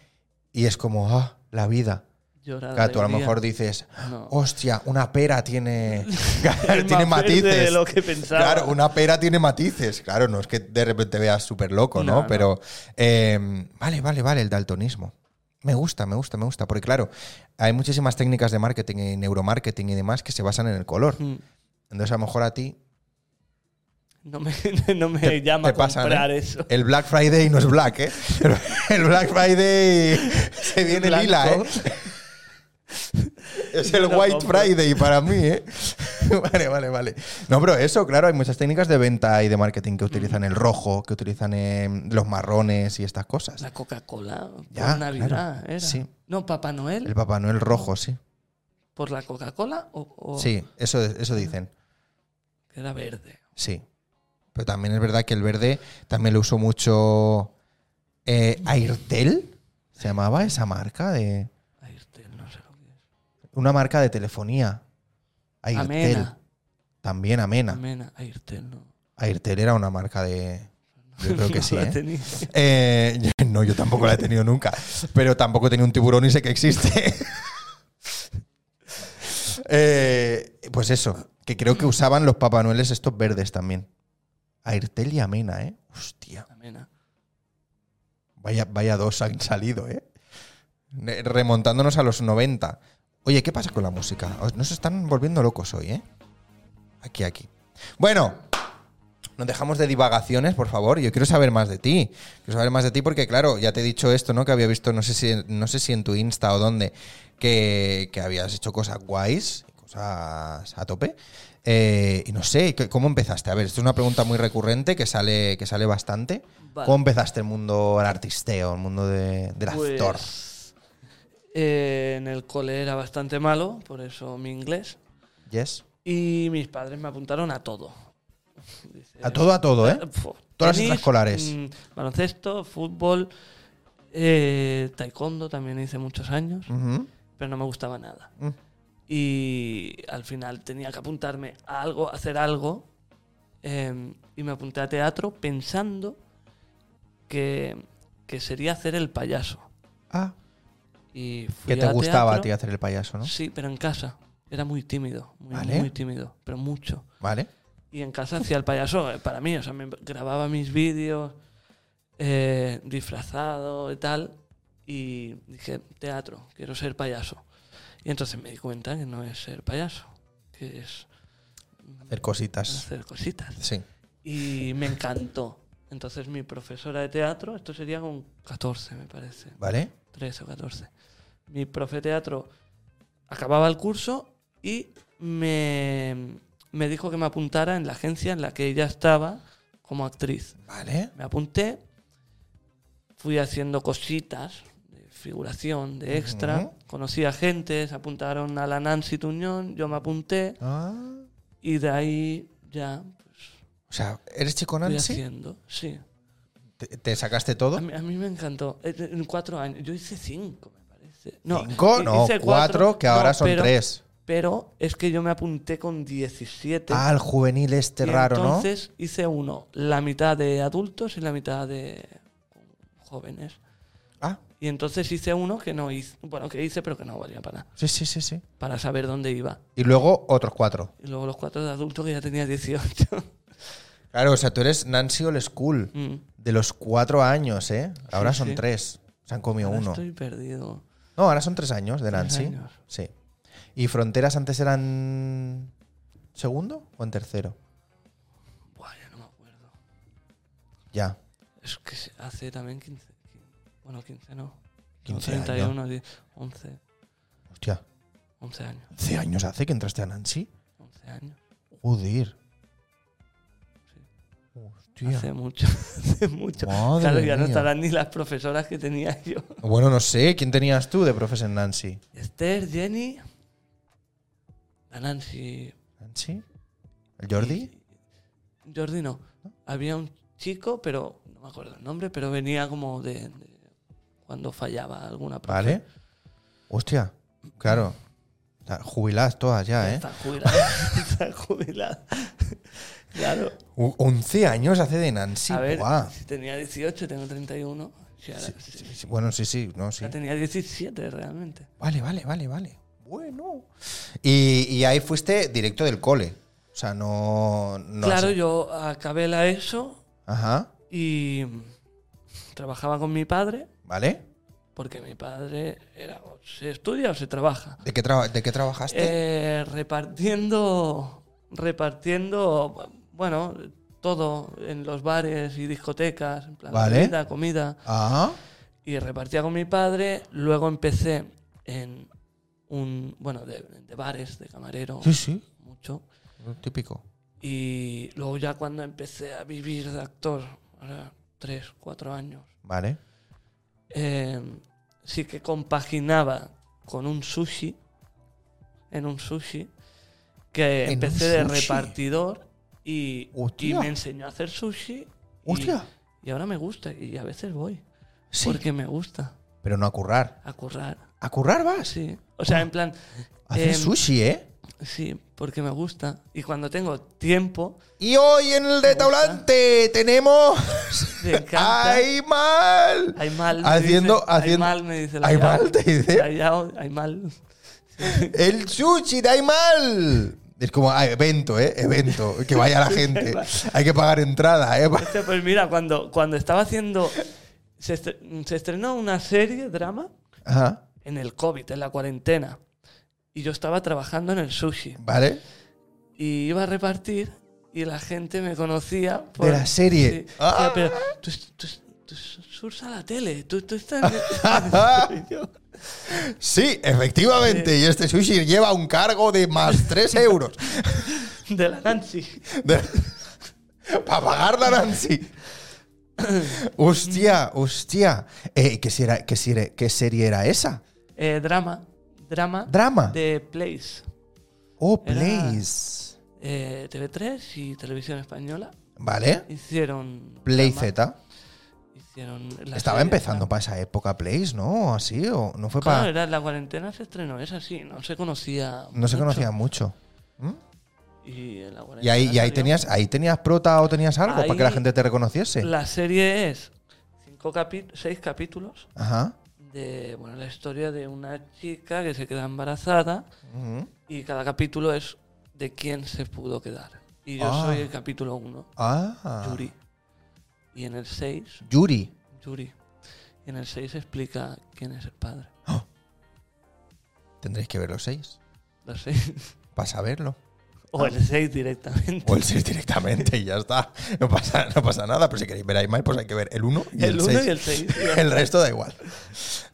y es como, ah, la vida. llorar. Claro, tú a lo de alegría. mejor dices, No. hostia, una pera tiene, claro, Es tiene más verde matices. de lo que pensaba. Claro, una pera tiene matices. Claro, no es que de repente veas súper loco, ¿no? No, no. Pero eh, vale, vale, vale, el daltonismo. Me gusta, me gusta, me gusta. Porque claro, hay muchísimas técnicas de marketing y neuromarketing y demás que se basan en el color. Mm. Entonces a lo mejor a ti No me, no me llama te a pasan, comprar ¿eh? eso. El Black Friday no es black, ¿eh? El Black Friday se viene Blanco. lila, ¿eh? Es el Yo lo White compro. Friday para mí, ¿eh? Vale, vale, vale. No, pero eso, claro, hay muchas técnicas de venta y de marketing que utilizan el rojo, que utilizan em, los marrones y estas cosas. La Coca-Cola por Ya, Navidad claro. era. Sí. No, Papá Noel El Papá Noel rojo, sí. por la Coca-Cola o, o- Sí, eso, eso dicen. que era verde. Sí. Pero también es verdad que el verde también lo usó mucho eh, Airtel. Se llamaba esa marca de. Airtel, no sé lo que es. Una marca de telefonía. Airtel. Amena. También Amena. Amena, Airtel, no. Airtel era una marca de. Yo creo que No sí. la ¿eh? tenía. Eh, yo- no, yo tampoco la he tenido nunca. Pero tampoco he tenido un tiburón y sé que existe. Eh, pues eso, que creo que usaban los papanueles estos verdes también. Airtel y Amena, ¿eh? Hostia. Amena. Vaya, vaya dos han salido, ¿eh? Ne- Remontándonos a los 90. Oye, ¿qué pasa con la música? Os- Nos están volviendo locos hoy, ¿eh? Aquí, aquí. Bueno, nos dejamos de divagaciones, por favor. Yo quiero saber más de ti. Quiero saber más de ti porque, claro, ya te he dicho esto, ¿no? Que había visto, no sé si, no sé si en tu Insta o dónde, que, que habías hecho cosas guays, cosas a tope. Eh, y no sé, ¿qué- ¿cómo empezaste? A ver, esto es una pregunta muy recurrente que sale, que sale bastante. Vale. ¿Cómo empezaste el mundo del artisteo, el mundo de- del actor? Pues, eh, en el cole era bastante malo, por eso mi inglés. ¿Yes? Y mis padres me apuntaron a todo. Dice, A todo, a todo, ¿eh? Fu- Todas las tenis, extraescolares. mm, baloncesto, fútbol, eh, taekwondo también hice muchos años, Ujú. pero no me gustaba nada. Mm. Y al final tenía que apuntarme a algo, a hacer algo. eh, y me apunté a teatro pensando que, que sería hacer el payaso. Ah, Y fui que te a gustaba a teatro. ti hacer el payaso, ¿no? Sí, pero en casa. Era muy tímido, muy, Vale. muy tímido, pero mucho. Vale. Y en casa hacía el payaso eh, para mí, o sea, me grababa mis vídeos eh, disfrazado y tal. Y dije, teatro, quiero ser payaso. Y entonces me di cuenta que no es ser payaso, que es Hacer cositas. hacer cositas. Sí. Y me encantó. Entonces mi profesora de teatro, esto sería con 14, me parece. ¿Vale? 13 o 14. Mi profe de teatro acababa el curso y me, me dijo que me apuntara en la agencia en la que ella estaba como actriz. Vale. Me apunté, fui haciendo cositas de figuración, de extra, Ujú. conocí a gente, se apuntaron a la Nancy Tuñón, yo me apunté Ah. y de ahí ya pues, O sea, ¿eres chico fui Nancy? haciendo. Sí. ¿Te, te sacaste todo? A mí, a mí me encantó. Eh, En cuatro años. Yo hice cinco, me parece. No, Cinco, hi- no, hice cuatro, que ahora No, son pero- tres. Pero es que yo me apunté con 17. Ah, el juvenil este y raro, ¿no? Entonces hice uno, la mitad de adultos y la mitad de jóvenes. Ah, Y entonces hice uno que no hice, bueno, que hice pero que no valía para nada, sí, sí, sí, sí. para saber dónde iba. Y luego otros cuatro. Y luego los cuatro de adultos que ya tenía 18. Claro, o sea, tú eres Nancy Old School. Mm. De los cuatro años, ¿eh? Ahora Sí, son sí. tres. Se han comido Ahora uno. Estoy perdido. No, ahora son tres años de Tres Nancy. años. Sí. ¿Y fronteras antes eran segundo o en tercero? Buah, ya no me acuerdo. Ya. Es que se- hace también 15. quin- Bueno, 15 no. 15 años. 31, 10, 11. Hostia. 11 años. 11 años hace que entraste a Nancy. 11 años. Joder. Sí. Hostia. Hace mucho. hace mucho. Madre claro, ya no mía. estarán ni las profesoras que tenía yo. Bueno, no sé. ¿Quién tenías tú de profes en Nancy? Esther, Jenny. La Nancy. ¿Nancy? ¿El Jordi? y- Jordi no. Había un chico, pero no me acuerdo el nombre, pero venía como de, de cuando fallaba alguna profe. Vale. Hostia. Claro. O sea, Jubiladas todas ya, ¿eh? Está jubilada. está jubilada. claro. U- 11 años hace de Nancy. a ver, Buah. si tenía 18, tengo 31. Si ahora- si- Sí, sí, Bueno, sí, sí, no, sí. ya tenía 17 realmente. Vale, vale, vale, vale. Bueno. Y, y ahí fuiste directo del cole. O sea, no. no claro, has- yo acabé la ESO Ajá. y mm, trabajaba con mi padre, ¿Vale? porque mi padre era o se estudia o se trabaja. ¿De qué, traba- de qué trabajaste? Eh, repartiendo, repartiendo, bueno, todo en los bares y discotecas, en plan Vale. comida, comida. Ajá. Y repartía con mi padre, luego empecé en un, bueno, de, de bares, de camarero, Sí, sí. mucho. Típico. Y luego ya cuando empecé a vivir de actor, ahora tres, cuatro años, Vale. eh, sí que compaginaba con un sushi, en un sushi, que ¿En un empecé de sushi? repartidor y, y Hostia. me enseñó a hacer sushi. y- Hostia. Y, ahora me gusta y a veces voy, Sí. porque me gusta Pero no a currar. a currar. ¿A currar vas? Sí, o sea, en plan, A hacer Em, sushi, ¿eh? sí, porque me gusta. Y cuando tengo tiempo, Y hoy en el de gusta. tablante tenemos. me encanta. ¡Ay, mal! Hay mal. me Haciendo- dice- haciendo- Hay mal, me dice la ¿Hay Yao. mal, te dice? La Yao, hay mal. El sushi da mal. Es como, ah, evento, ¿eh? Evento. Que vaya la gente. Hay que pagar entrada, ¿eh? Este, pues mira, cuando, cuando estaba haciendo. Se, estre- se estrenó una serie, drama, Ajá. en el COVID, en la cuarentena. Y yo estaba trabajando en el sushi. ¿Vale? Y iba a repartir y la gente me conocía. De la serie. Sí. Ah. Decía, pero tú, tú, tú surfas a la tele, tú, tú estás. Y yo, Sí, efectivamente. Y este sushi lleva un cargo de más 3 euros. de la Nancy. Para pagar la Nancy. Hostia, hostia. Eh, ¿qué, si era- qué si era- qué serie era esa? Eh, drama. Drama. Drama. De Place. Oh, Era- Place. Eh, TV3 y Televisión Española ¿Vale. hicieron. Play drama, Z. hicieron la Estaba serie, empezando drama. para esa época Place, ¿no? Así, o no fue Claro, para. era la cuarentena se estrenó, es así, no se conocía. No se mucho. conocía mucho. ¿Mm? Y, en la Y cuarentena ahí, y ahí salió. tenías, este. ahí tenías prota o tenías algo para que la Ahí- gente te reconociese. La serie es cinco capi- seis capítulos Ajá. de bueno, la historia de una chica que se queda embarazada Ujú. y cada capítulo es de quién se pudo quedar. Y yo Ah. soy el capítulo 1, Ah. Yuri. Y en el 6, Yuri. Yuri. Y en el 6 explica quién es el padre. Tendréis que ver los seis. Los seis. Para saberlo. O Ah. el 6 directamente. O el 6 directamente y ya está. No pasa, no pasa nada, pero si queréis ver a Imai, pues hay que ver el 1 y el El 1 y 6. el 6. El resto da igual.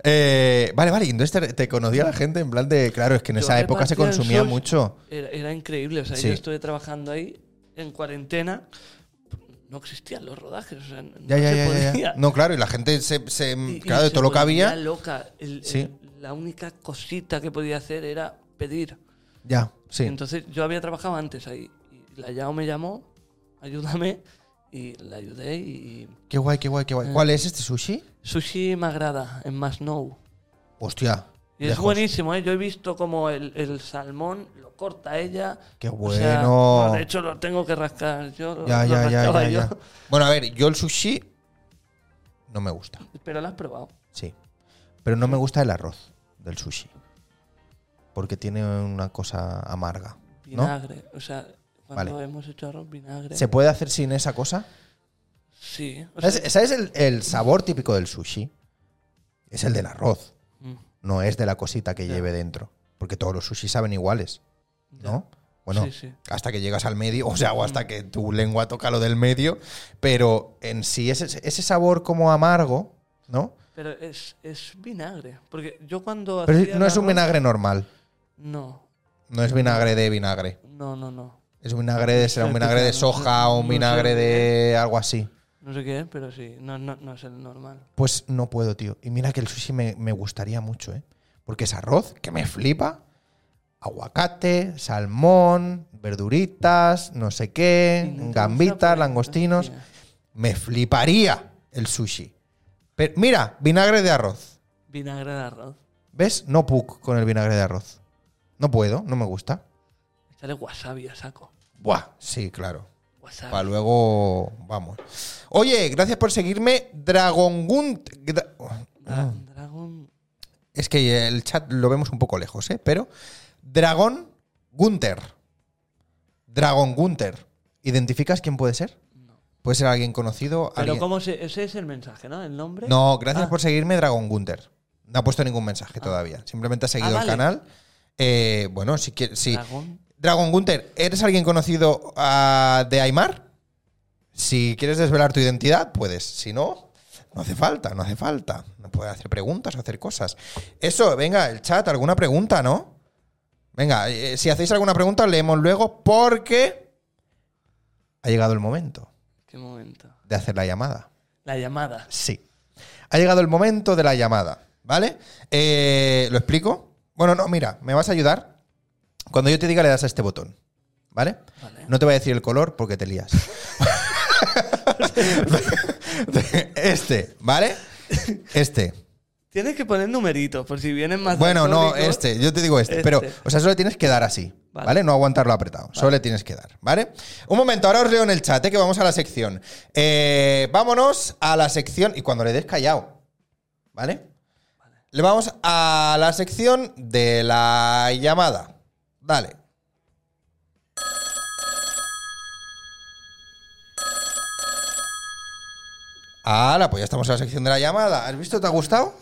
Eh, vale, vale, y entonces te, te conocía la gente en plan de, claro, es que en Yo esa época se repartía el consumía sushi. mucho. Era, era increíble. O sea, Sí. yo estuve trabajando ahí en cuarentena. No existían los rodajes. O sea, no Ya, ya, se ya, ya, podía. ya. No, claro, y la gente se, se- Y- y claro, de se todo lo que volvía había. loca. El- Sí. el- la única cosita que podía hacer era pedir. Ya, sí. Entonces yo había trabajado antes ahí. Y la Yao me llamó, ayúdame. Y la ayudé. Y qué guay, qué guay, qué guay. Eh. ¿Cuál es este sushi? Sushi me agrada en Más Now. Hostia. Y es lejos. buenísimo, ¿eh? Yo he visto como el, el salmón lo corta ella. Qué O sea, bueno. no, de hecho, lo tengo que rascar. Yo lo- Ya, lo ya, ya, rascaba ya, yo. ya. Bueno, a ver, yo el sushi no me gusta, Pero lo has probado. sí. Pero no me gusta el arroz del sushi. Porque tiene una cosa amarga, ¿no? Vinagre. O sea, cuando Vale. hemos hecho arroz, vinagre. ¿Se puede hacer sin esa cosa? Pues Sí. o sea, ¿Sabes, sabes el, el sabor típico del sushi? Es el del arroz, mm, no es de la cosita que Ya. lleve dentro. Porque todos los sushi saben iguales, ya. ¿no? Bueno, Sí, Mm. sí. hasta que llegas al medio, o sea, o hasta que tu lengua toca lo del medio, pero en sí ese, ese sabor como amargo, ¿no? Pero es, es vinagre. Porque yo cuando. Pero hacía es- no el es un arroz- vinagre normal, No, no es vinagre de vinagre. no, no, no. Es un vinagre de, será un Exacto, vinagre de claro, soja o un no ¿eh? sé. vinagre de algo así. No sé qué es, pero sí. No, no, no es el normal. Pues no puedo, tío. Y mira que el sushi me, me gustaría mucho, ¿eh? Porque es arroz, que me flipa. Aguacate, salmón, verduritas, no sé Y qué, no te gusta gambitas, porque- langostinos. ¿eh? Hostia. Me fliparía el sushi. Pero mira, vinagre de arroz. Vinagre de arroz. ¿Ves? No puc con el vinagre de arroz. No puedo, no me gusta. Echarle wasabi a saco. Buah, sí, claro. WhatsApp. Para luego, vamos. Oye, gracias por seguirme, Dragongunt. Gra- Dra- Ah. Dragon. Es que el chat lo vemos un poco lejos, ¿eh? Pero Dragón Gunter. Dragon Gunter. ¿Identificas quién puede ser? ¿Puede ser alguien conocido? Pero alguien- ¿cómo se- ese es el mensaje, ¿no? El nombre. No, gracias Ah. por seguirme, Dragon Gunter. No ha puesto ningún mensaje todavía. Simplemente ha seguido Ah, el vale. canal. Eh, bueno, si quieres. Sí. Dragon. Dragon Gunter, ¿eres alguien conocido ah, de Aymar? Si quieres desvelar tu identidad, puedes. Si no, no hace falta, no hace falta. No puedes hacer preguntas o hacer cosas. Eso, venga, el chat, alguna pregunta, ¿no? Venga, eh, si hacéis alguna pregunta, leemos luego porque ha llegado el momento Qué momento. de hacer la llamada. La llamada. Sí. Ha llegado el momento de la llamada, ¿vale? Eh, ¿Lo explico? Bueno, no, mira, me vas a ayudar. Cuando yo te diga le das a este botón, ¿vale? Vale. No te voy a decir el color porque te lías. este, ¿vale? Este. Tienes que poner numeritos por si vienen más. Bueno, no, autónicos. este, yo te digo este, pero, Este. o sea, solo le tienes que dar así, ¿vale? Vale. No aguantarlo apretado, solo le tienes que dar, ¿vale? Un momento, ahora os leo en el chat, ¿eh? que vamos a la sección. Eh, vámonos a la sección, y cuando le des callado, ¿vale? Le vamos a la sección de la llamada, Vale. Ahora, pues ya estamos en la sección de la llamada. ¿Has visto? ¿Te ha gustado?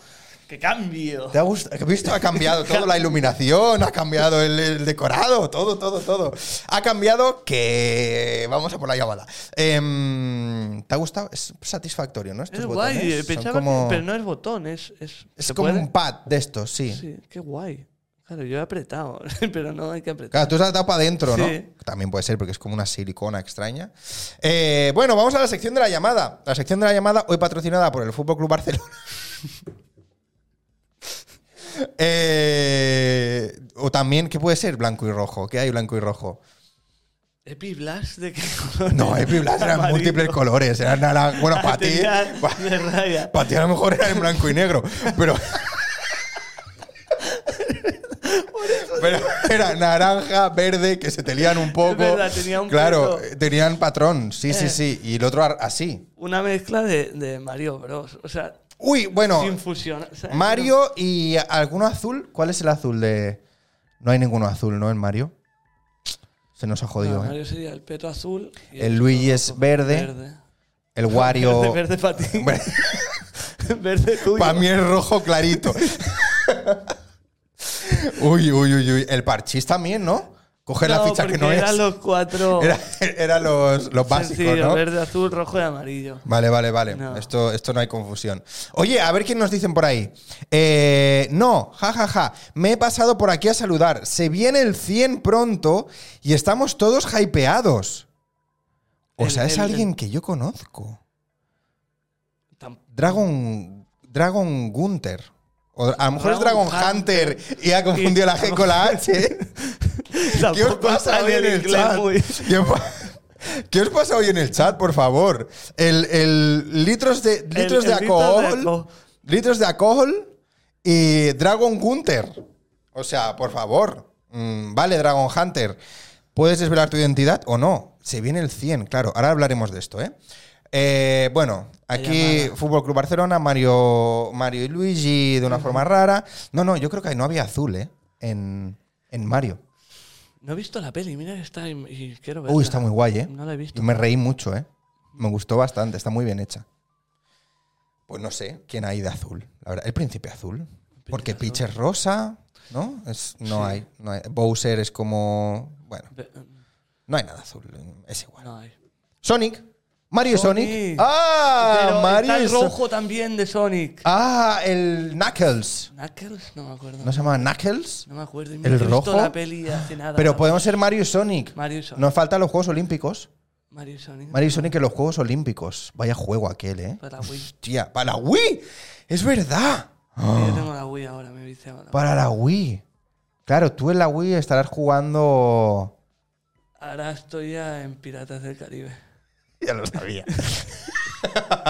¡Qué cambio! ¿Te ha gustado? ¿Has visto? Ha cambiado todo, la iluminación, ha cambiado el, el decorado, todo, todo, todo. Ha cambiado que... Vamos a por la llamada. Em, ¿Te ha gustado? Es satisfactorio, ¿no? Estos Es botones guay, eh, son pensaba como- que- pero no es botón, es. Es, Es ¿se como puede? un pad de estos, sí. Sí, qué guay. Claro, yo he apretado, pero no hay que apretar. Claro, tú has dado para adentro, ¿no? Sí. También puede ser porque es como una silicona extraña. Eh, bueno, vamos a la sección de la llamada. La sección de la llamada hoy patrocinada por el Fútbol Club Barcelona. Eh, o también, ¿qué puede ser? Blanco y rojo. ¿Qué hay blanco y rojo? ¿Epi Blast de qué color? No, Epi Blast eran Amarillo. múltiples colores. Eran naranja. Bueno, para ti. Tenía pa- de raya. Para ti a lo mejor era en blanco y negro. Pero. Pero era naranja, verde, que se te lían un poco. verdad, tenía un claro, eh, punto. tenían patrón. Sí, sí, Eh. sí. Y el otro ar- así. Una mezcla de, de Mario Bros. O sea, Uy, bueno. sin fusión. o sea, Mario y alguno azul. ¿Cuál es el azul de.? No hay ninguno azul, ¿no? En Mario. Se nos ha no, jodido, ¿eh? Mario sería el peto azul. y El Luigi otro es rojo. verde. El Wario. Verde, verde para ti. verde tuyo. Para mí es rojo clarito. uy, uy, uy, uy. El parchís también, ¿no? Coger la ficha que porque no es. Eran los cuatro Era, era los, los básicos, sencillos: ¿no? verde, azul, rojo y amarillo. Vale, vale, vale. No. Esto, esto no hay confusión. Oye, a ver quién nos dicen por ahí. Eh, no, jajaja. Me he pasado por aquí a saludar. Se viene el 100 pronto y estamos todos hypeados. O El- sea, es el- alguien el- que yo conozco. Tam- Dragon. Dragon Gunter. O a lo mejor Dragon es Dragon Hunter, y ha confundido la G con la H. ¿Qué os tampoco pasa hoy sabía en el el inglés chat? muy- ¿Qué, os pa- qué os pasa hoy en el chat, por favor? El, el litros de, litros el de litro de alcohol. alcohol. Litros de alcohol y Dragon Gunter. O sea, por favor. Mm, vale, Dragon Hunter. ¿Puedes desvelar tu identidad o no? Se viene el 100, claro. Ahora hablaremos de esto, ¿eh? Eh, bueno, aquí llamada. Fútbol Club Barcelona, Mario, Mario y Luigi de una forma rara. No, no, yo creo que no había azul, ¿eh? En, en Mario. No he visto la peli, mira que está y, y quiero verla. Uy, está muy guay, ¿eh? No la he visto. Yo me reí mucho, ¿eh? Me gustó bastante, está muy bien hecha. Pues no sé quién hay de azul, la verdad. El príncipe azul. Porque Príncipe Peach es rosa, ¿no? Es- no, Sí. hay, no hay. Bowser es como. Bueno, Ve- mm, no hay nada azul, es igual. No hay. Sonic. Mario y Sonic. Sonic. ¡Ah! Pero Mario está y el Son- rojo también de Sonic. ¡Ah! El Knuckles. Knuckles, no me acuerdo. ¿No se llama Knuckles? No me acuerdo. y ¿El mira que he rojo? visto la peli hace nada. Pero podemos ser Mario y Sonic. Mario y Sonic. Nos faltan los Juegos Olímpicos. Mario y Sonic. Mario y Sonic en los Juegos Olímpicos. Vaya juego aquel, ¿eh? Para la Wii. Hostia, para la Wii. Es verdad. Yo tengo la Wii ahora, me dice ahora. Para la Wii. Claro, tú en la Wii estarás jugando... Ahora estoy ya en Piratas del Caribe. Ya lo sabía.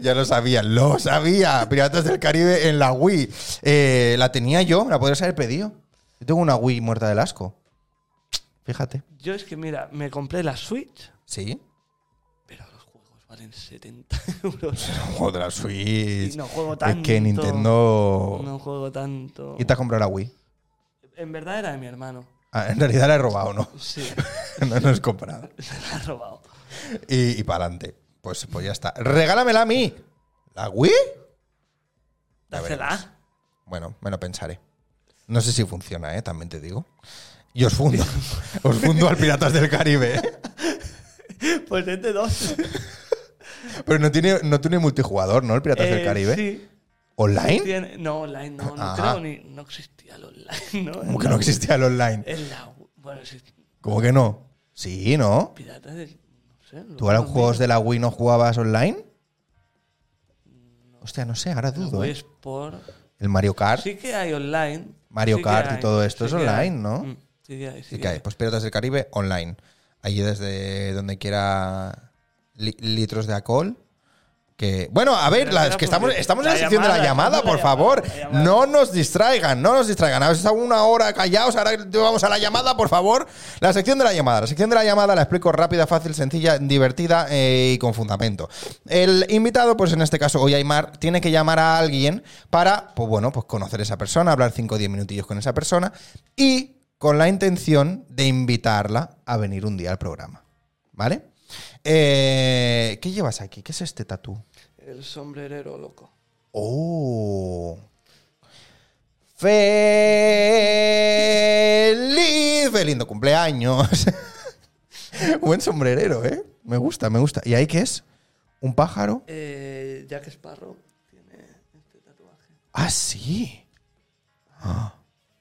ya lo sabía, lo sabía. Piratas del Caribe en la Wii. Eh, la tenía yo, me la podrías haber pedido. Yo tengo una Wii muerta del asco. Fíjate. Yo es que, mira, me compré la Switch, ¿Sí? pero los juegos valen 70 euros. Joder, la Switch. Y no juego es tanto. que Nintendo. No juego tanto. Oh. ¿Y te has comprado la Wii? En verdad era de mi hermano. Ah, en realidad la he robado, ¿no? Sí, no, no es comprado. se la ha robado. Y, para adelante. Pues, pues ya está. ¡Regálamela a mí! ¿La Wii? Ya veremos. Dásela. Bueno, me lo pensaré. No sé si funciona, ¿eh? También te digo. Y os fundo. os fundo al Piratas del Caribe. ¿eh? Pues es de dos. Pero no tiene, no tiene multijugador, ¿no? El Piratas del Eh, Caribe. Sí. ¿Online? Tiene- no, online no. No, Ah. creo ni, no existía el online, ¿no? Como que no existía el online. En la, bueno, exist- ¿Cómo que no? Sí, ¿no? piratas de. No sé. los ¿Tú a los juegos juegos de la Wii no jugabas online? Hostia, no sé, ahora míos, dudo. Wii ¿eh? Sport. El Mario Kart. Sí que hay online. Mario sí que Kart y hay, todo esto es que hay. online, ¿no? Mm, Sí que hay, sí Sí que que hay. Pues Piratas del Caribe online. Allí desde donde quiera li- litros de alcohol. Que, bueno, a ver, Pero la- es espera, que porque estamos, estamos en la, la sección de la llamada, llamada, por estamos en la llamada, favor. la llamada. No nos distraigan, no nos distraigan. Habéis estado una hora callados, ahora vamos a la llamada, por favor. La sección de la llamada. La sección de la llamada la explico rápida, fácil, sencilla, divertida eh, y con fundamento. El invitado, pues en este caso hoy Aymar, tiene que llamar a alguien para, pues bueno, pues conocer a esa persona, hablar 5 o 10 minutillos con esa persona y con la intención de invitarla a venir un día al programa. ¿Vale? Eh, ¿Qué llevas aquí? ¿Qué es este tatú? hay. El sombrerero loco. Oh. Feliz, feliz lindo cumpleaños. Buen sombrerero, ¿eh? Me gusta, me gusta. ¿Y ahí qué es? ¿Un pájaro? Eh, Jack Sparrow tiene este tatuaje. Ah, sí. Ah,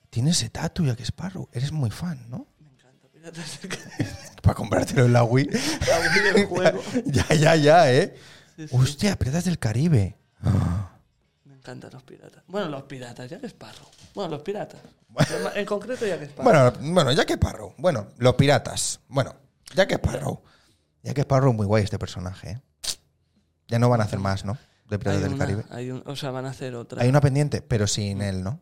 tiene ese tatu, Jack Sparrow. Eres muy fan, ¿no? Me encanta. Piratas del Caribe. Para comprártelo en la Wii. La Wii del juego. ya, ya, ya, ¿eh? Sí, sí. Hostia, Piratas del Caribe. Me encantan los piratas. Bueno, los piratas, Jack Sparrow. Bueno, los piratas. En ma- En concreto, Jack Sparrow. Bueno, bueno, Jack Sparrow. Bueno, los piratas. Bueno, Jack Sparrow. Jack Sparrow muy guay este personaje. ¿eh? Ya no van a hacer más, ¿no? De hay Piratas del una- Caribe. hay un- o sea, van a hacer otra. Hay una pendiente, pero sin él, ¿no?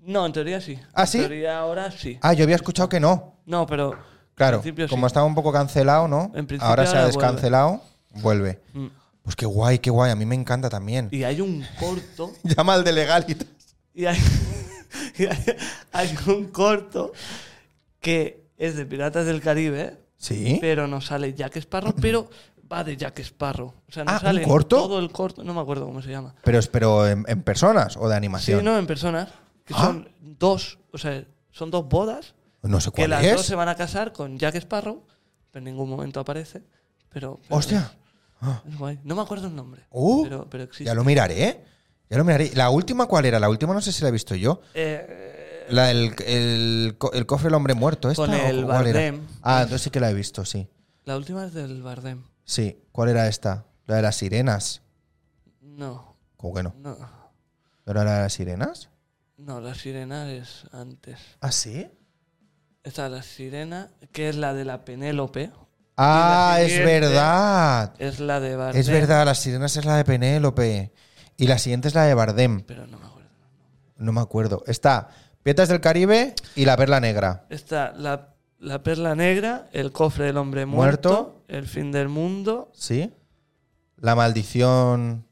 No, en teoría sí. ¿Ah, sí? En teoría ahora sí. Ah, yo había escuchado que no. No, pero. Claro, En principio sí. como estaba un poco cancelado, ¿no? En principio Ahora se ha ahora descancelado, vuelve. Mm. Pues qué guay, qué guay. A mí me encanta también. Y hay un corto. Llama al de Legalitas. Y hay, y hay- hay un corto que es de Piratas del Caribe, ¿Sí? pero no sale Jack Sparrow, pero va de Jack Sparrow. O sea, no Ah, ¿un sale corto? todo el corto. No me acuerdo cómo se llama. Pero, pero en, en personas o de Sí, animación. no, en personas. Que Ah. son dos. O sea, son dos bodas. no. sé Que cuál las dos es. se van a casar con Jack Sparrow, pero en ningún momento aparece. Pero, pero Hostia. Ah. Es guay. No me acuerdo el nombre. Uh, pero, pero existe. Ya lo miraré, ¿eh? Ya lo miraré. ¿La última cuál era? La última no sé si la he visto yo. Eh, La del el, co- el cofre del hombre muerto, ¿esta? Con o el cuál era? Bardem. Ah, entonces sí que la he visto, sí. la última es del Bardem. Sí. ¿Cuál era esta? La de las sirenas. No, ¿Cómo que no? no. ¿No era la de las sirenas? No, la sirena es antes. ¿Ah, sí? Está la sirena, que es la de la Penélope. Ah, Y la es siguiente. verdad. Es la de Bardem. Es verdad, las sirenas es la de Penélope. Y la siguiente es la de Bardem. Pero no me acuerdo. No me acuerdo. Está Pietas del Caribe y la Perla Negra. Está la, la perla negra, el cofre del hombre Muerto. muerto, el fin del mundo. ¿Sí? La maldición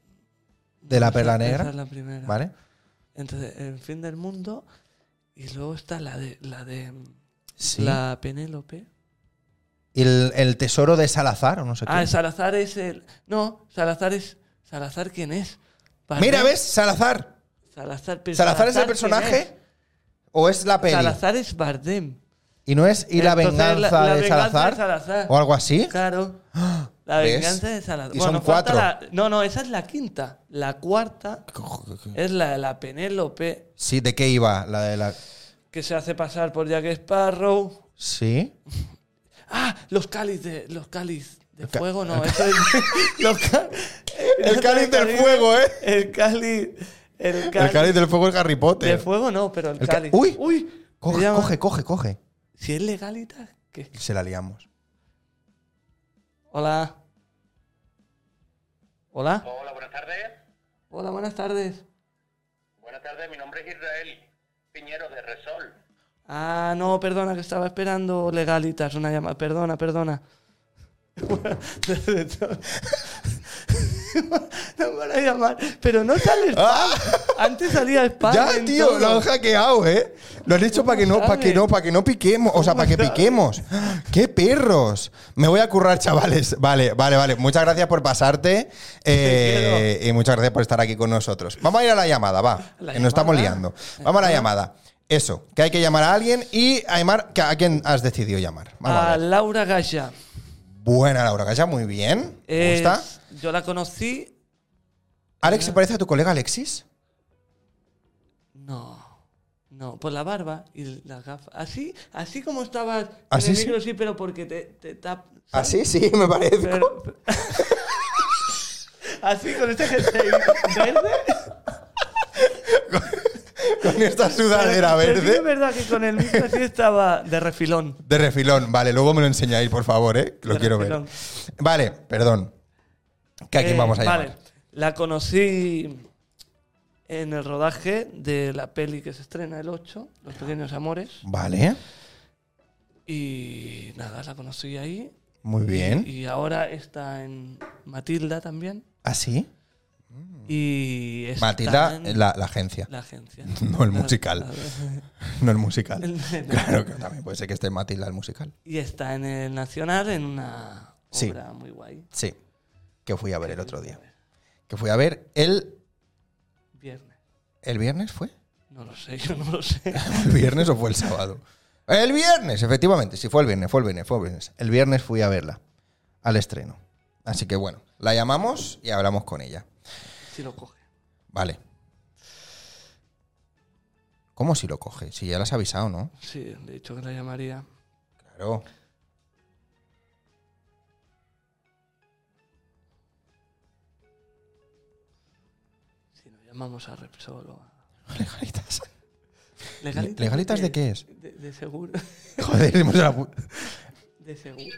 de la Esa- Perla Esa Negra. es la primera. ¿Vale? Entonces, el fin del mundo. Y luego está la de la de mm, Sí. la Penélope. Y el, el tesoro de Salazar, o no sé qué. Ah, Salazar es el. No, Salazar es. ¿Salazar quién es? Bardem. Mira, ¿ves? Salazar. Salazar, pero ¿Salazar es el ¿quién personaje o es la es? peli? Salazar es Bardem. Y no es y la Entonces, venganza, la- la de, venganza Salazar, de Salazar. o algo así. Claro. La ¿Ves? venganza de Salazar. Y Bueno, son falta cuatro. la- no, no, esa es la quinta. La cuarta es la de la Penélope, Sí, ¿de qué iba? La de la que se hace pasar por Jack Sparrow. Sí. Ah, los cáliz de. Los cáliz de ca- fuego, no. Eso es. los ca- El cáliz del fuego, ¿eh? El cáliz. El cáliz. El cáliz del fuego es Harry de Potter. fuego no, pero el, El ca- cáliz. ¡Uy! ¡Uy! Se Coge, llama- coge, coge, coge. Si es legalita, ¿qué? Y se la liamos. Hola. Hola. Hola, buenas tardes. Hola, buenas tardes. Buenas tardes, mi nombre es Israel Piñero de Resol. Ah, no, perdona, que estaba esperando legalitas, una llamada. Perdona, perdona. no van a llamar. Pero no sale spam. Antes salía spam. Ah. Ya, en tío, todo. lo han hackeado, ¿eh? Lo han hecho para que no, para que sabe? no, para que no piquemos, o sea, para que sabe? piquemos. ¡Qué perros! Me voy a currar, chavales. Vale, vale, vale. Muchas gracias por pasarte eh, y muchas gracias por estar aquí con nosotros. Vamos a ir a la llamada, va. La que nos estamos llamada. liando. Vamos a la llamada. Eso, que hay que llamar a alguien y Aymar, que ¿a quién has decidido llamar? Vamos a A ver. Laura Gaya. Buena Laura Gaya, muy bien. ¿Me Es- gusta? Yo la conocí. ¿Alex se parece a tu colega Alexis? No. No, por la barba y las gafas. Así, así como estabas en ¿Así el sí? micro, sí, pero porque te, te tap- Así, Ah, sí, me parece. Pero- así con este jersey verde. Con esta sudadera Pero sí que verde. Es verdad que con el micro así estaba de refilón. De refilón, vale, luego me lo enseñáis, por favor, ¿eh? Lo De quiero refilón. ver. Vale, perdón. Que aquí Eh, vamos a llamar. Vale, la conocí en el rodaje de la peli que se estrena el 8, Los Pequeños Amores. Vale, Y nada, la conocí ahí. muy bien. Y ahora está en Matilda también. ¿Así? Y está ¿Ah, Mm. Matilda, en la, la agencia, la agencia. No, el musical. no el musical. El- Claro que también puede ser que esté Matilda el musical. Y está en el Nacional en una Sí. obra muy guay. Sí, que fui a ver el otro día. Que fui a ver el... Viernes. ¿El viernes fue? No lo sé, yo no lo sé. ¿El viernes o fue el sábado? El viernes, efectivamente. Sí, fue el viernes, fue el viernes, fue el viernes. El viernes fui a verla al estreno. Así que bueno, la llamamos y hablamos con ella. Si lo coge. Vale. ¿Cómo si lo coge? Si ya la has avisado, ¿no? Sí, le he dicho que la llamaría. Claro. Si no, llamamos a Repsol o a- Legalitas. ¿Legalitas, ¿Legalitas de qué es? De, de seguro. Joder, hemos de la pu- De seguro.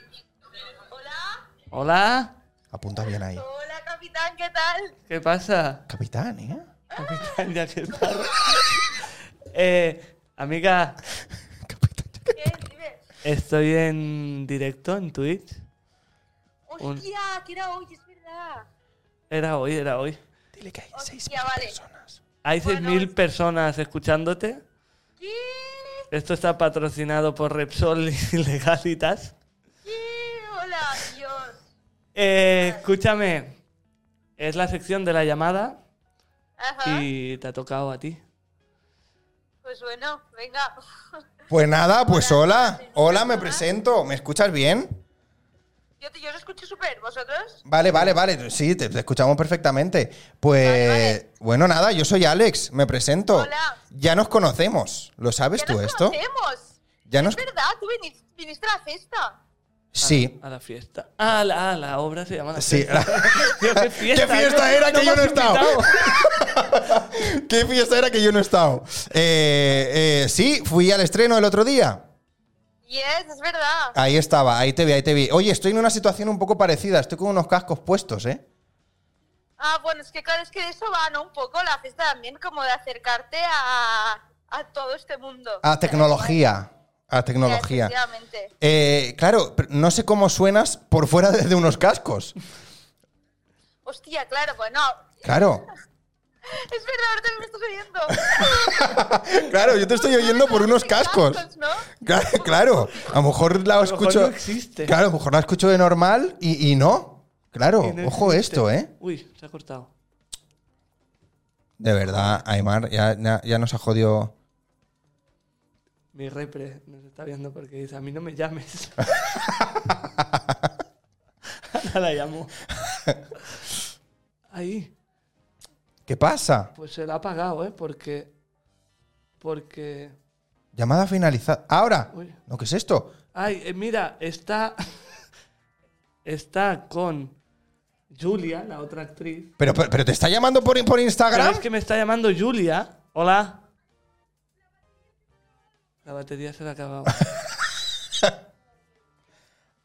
Hola. Hola. Apunta bien ahí. Hola, capitán, ¿qué tal? ¿Qué pasa? Capitán, ¿eh? Capitán, ya que está. Eh, amiga, Capitán. ¿Qué? Dime. estoy en directo en Twitch. Un- Hostia, que era hoy, es verdad. Era hoy, era hoy. Dile que hay Hostia, 6 vale. personas. Hay Bueno, 6.000 personas escuchándote. ¿Qué? Esto está patrocinado por Repsol y Legalitas. ¿Qué? Hola, Dios. Eh, escúchame, es la sección de la llamada Ajá. y te ha tocado a ti. Pues bueno, venga. Pues nada, pues hola. Hola, me presento. ¿Me escuchas bien? Yo, te- yo os escucho súper, ¿vosotros? Vale, vale, vale. Sí, te, te escuchamos perfectamente. Pues bueno, nada, yo soy Alex, me presento. Hola. Ya nos conocemos. ¿Lo sabes ¿Ya tú nos esto? conocemos? Ya Es nos verdad, tú viniste, viniste a la fiesta. Sí. A la fiesta. Ah, la, ah, la obra se llama la Sí. fiesta. Tío, ¿qué, fiesta ¿Qué fiesta era que me yo no has estaba? invitado. ¿Qué fiesta era que yo no he estado? Eh, eh, sí, fui al estreno el otro día. Yes, es verdad. Ahí estaba, ahí te vi, ahí te vi. Oye, estoy en una situación un poco parecida, estoy con unos cascos puestos, ¿eh? Ah, bueno, es que claro, es que de eso va, ¿no? Un poco la fiesta también, como de acercarte a, a todo este mundo. A Ah, tecnología, a Ya, tecnología. efectivamente. Eh, claro, pero no sé cómo suenas por fuera de de unos cascos. Hostia, claro, bueno. Claro, Es verdad, ahora también me estás oyendo. claro, yo te estoy oyendo por unos Sin cascos. ¿no? Claro, claro. a lo mejor la A lo mejor escucho. no existe. Claro, a lo mejor la escucho de normal y, y no. Claro, Y no ojo existe. esto, ¿eh? Uy, se ha cortado. De verdad, Aymar, ya, ya- ya nos ha jodido. Mi repre nos está viendo porque dice, a mí no me llames. Ahora la llamo. Ahí. ¿Qué pasa? Pues se la ha apagado, ¿eh? Porque... Porque... Llamada finalizada. Ahora. Uy. ¿No qué es esto? Ay, eh, mira, está. Está con Julia, la otra actriz. Pero, pero, pero te está llamando por, por Pero Instagram. es que me está llamando Julia. Hola. La batería se la ha acabado.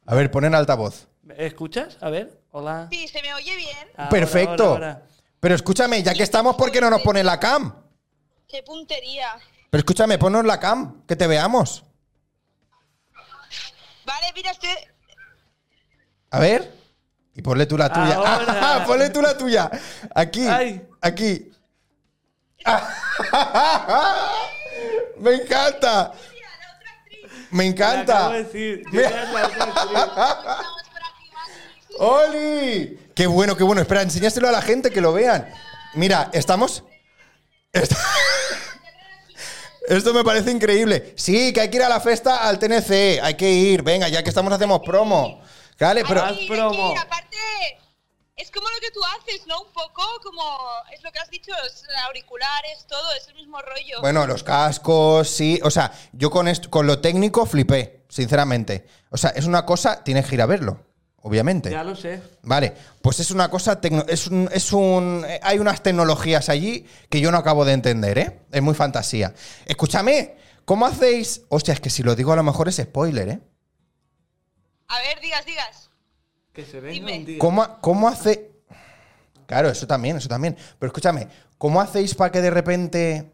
A ver, pon en altavoz. ¿Me ¿Escuchas? A ver, hola. Ah, Sí, se me oye bien. Ahora, Perfecto. ahora, ahora. Pero escúchame, ya que estamos, ¿por qué no nos pone la cam? Qué puntería. Pero escúchame, ponnos la cam, que te veamos. Vale, mira, este. estoy. A ver. Y ponle tú la tuya. Ah, Ahora. ponle tú la tuya. Aquí. Ah, Ay. Aquí. Me encanta. Mira, la otra actriz. Me Te acabo encanta. de decir. que eras la otra actriz. Estamos por aquí, ¿vale? ¡Oli! Qué bueno, qué bueno. Espera, enséñaselo a la gente que lo vean. Mira, estamos. Est- Esto me parece increíble. Sí, que hay que ir a la fiesta al TNC. Hay que ir. Venga, ya que estamos, hacemos promo. Vale, pero. Haz promo. aquí, aparte, es como lo que tú haces, ¿no? Un poco como es lo que has dicho, es auriculares, todo, es el mismo rollo. Bueno, los cascos, sí. O sea, yo con esto, con lo técnico flipé, sinceramente. O sea, es una cosa, tienes que ir a verlo, obviamente. Ya lo sé. Vale, pues es una cosa, tecno- es un, es un, eh, hay unas tecnologías allí que yo no acabo de entender, ¿eh? Es muy fantasía. Escúchame, ¿cómo hacéis? Hostia, es que si lo digo a lo mejor es spoiler, ¿eh? A ver, digas, digas. Que se venga Dime. un día. ¿Cómo, cómo hace? Claro, eso también, eso también. Pero escúchame, ¿cómo hacéis para que de repente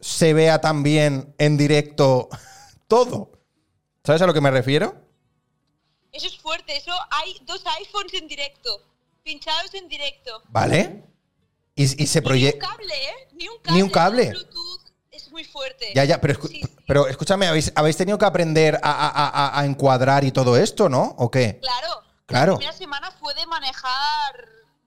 se vea también en directo todo? ¿Sabes a lo que me refiero? Eso es fuerte, eso hay dos iPhones en directo, pinchados en directo. ¿Vale? Y, y se Ni un proyecta. cable, ¿eh? Ni un cable. Ni un cable. Bluetooth es muy fuerte. Ya, ya, pero, escu- Sí, sí. pero escúchame, ¿habéis, habéis tenido que aprender a, a- a- a- a encuadrar y todo esto, ¿no? ¿O qué? Claro. Claro. La primera semana fue de manejar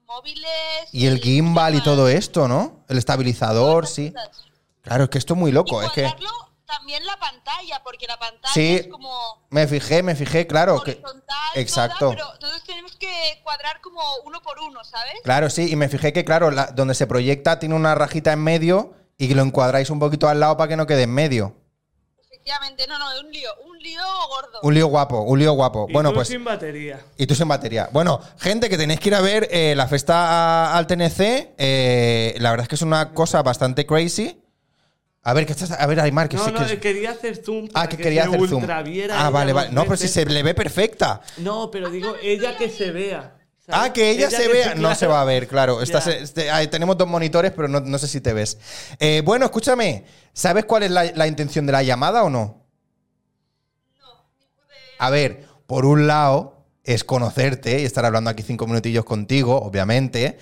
móviles. Y el gimbal y demás. todo esto, ¿no? El estabilizador, Todas sí. esas cosas. Claro, es que esto es muy Y loco, es que... cuadrarlo también la pantalla, porque la pantalla Sí. es como Me fijé, me fijé, claro. Que, horizontal, exacto. toda, pero todos tenemos que cuadrar como uno por uno, ¿sabes? Claro, sí, y me fijé que, claro, la- donde se proyecta tiene una rajita en medio y lo encuadráis un poquito al lado para que no quede en medio. Efectivamente, no, no, es un lío, un lío gordo. Un lío guapo, un lío guapo. Y Bueno, tú pues. sin batería. Y tú sin batería. Bueno, gente que tenéis que ir a ver eh, la fiesta al TNC, eh, la verdad es que es una cosa bastante crazy. A ver, que estás. A ver, Aymar, que no, sí no, que. quería hacer zoom. Ah, para que quería se hacer zoom. ultraviera Ah, ella vale, dos vale. No, pero si veces. se le ve perfecta. No, pero digo, ella que se vea. ¿sabes? Ah, que ella, se que vea. No se va a ver, claro. Ya. Estás- este, ahí tenemos dos monitores, pero no, no sé si te ves. Eh, bueno, escúchame. ¿Sabes cuál es la, la intención de la llamada o no? A ver, por un lado es conocerte y estar hablando aquí cinco minutillos contigo, obviamente.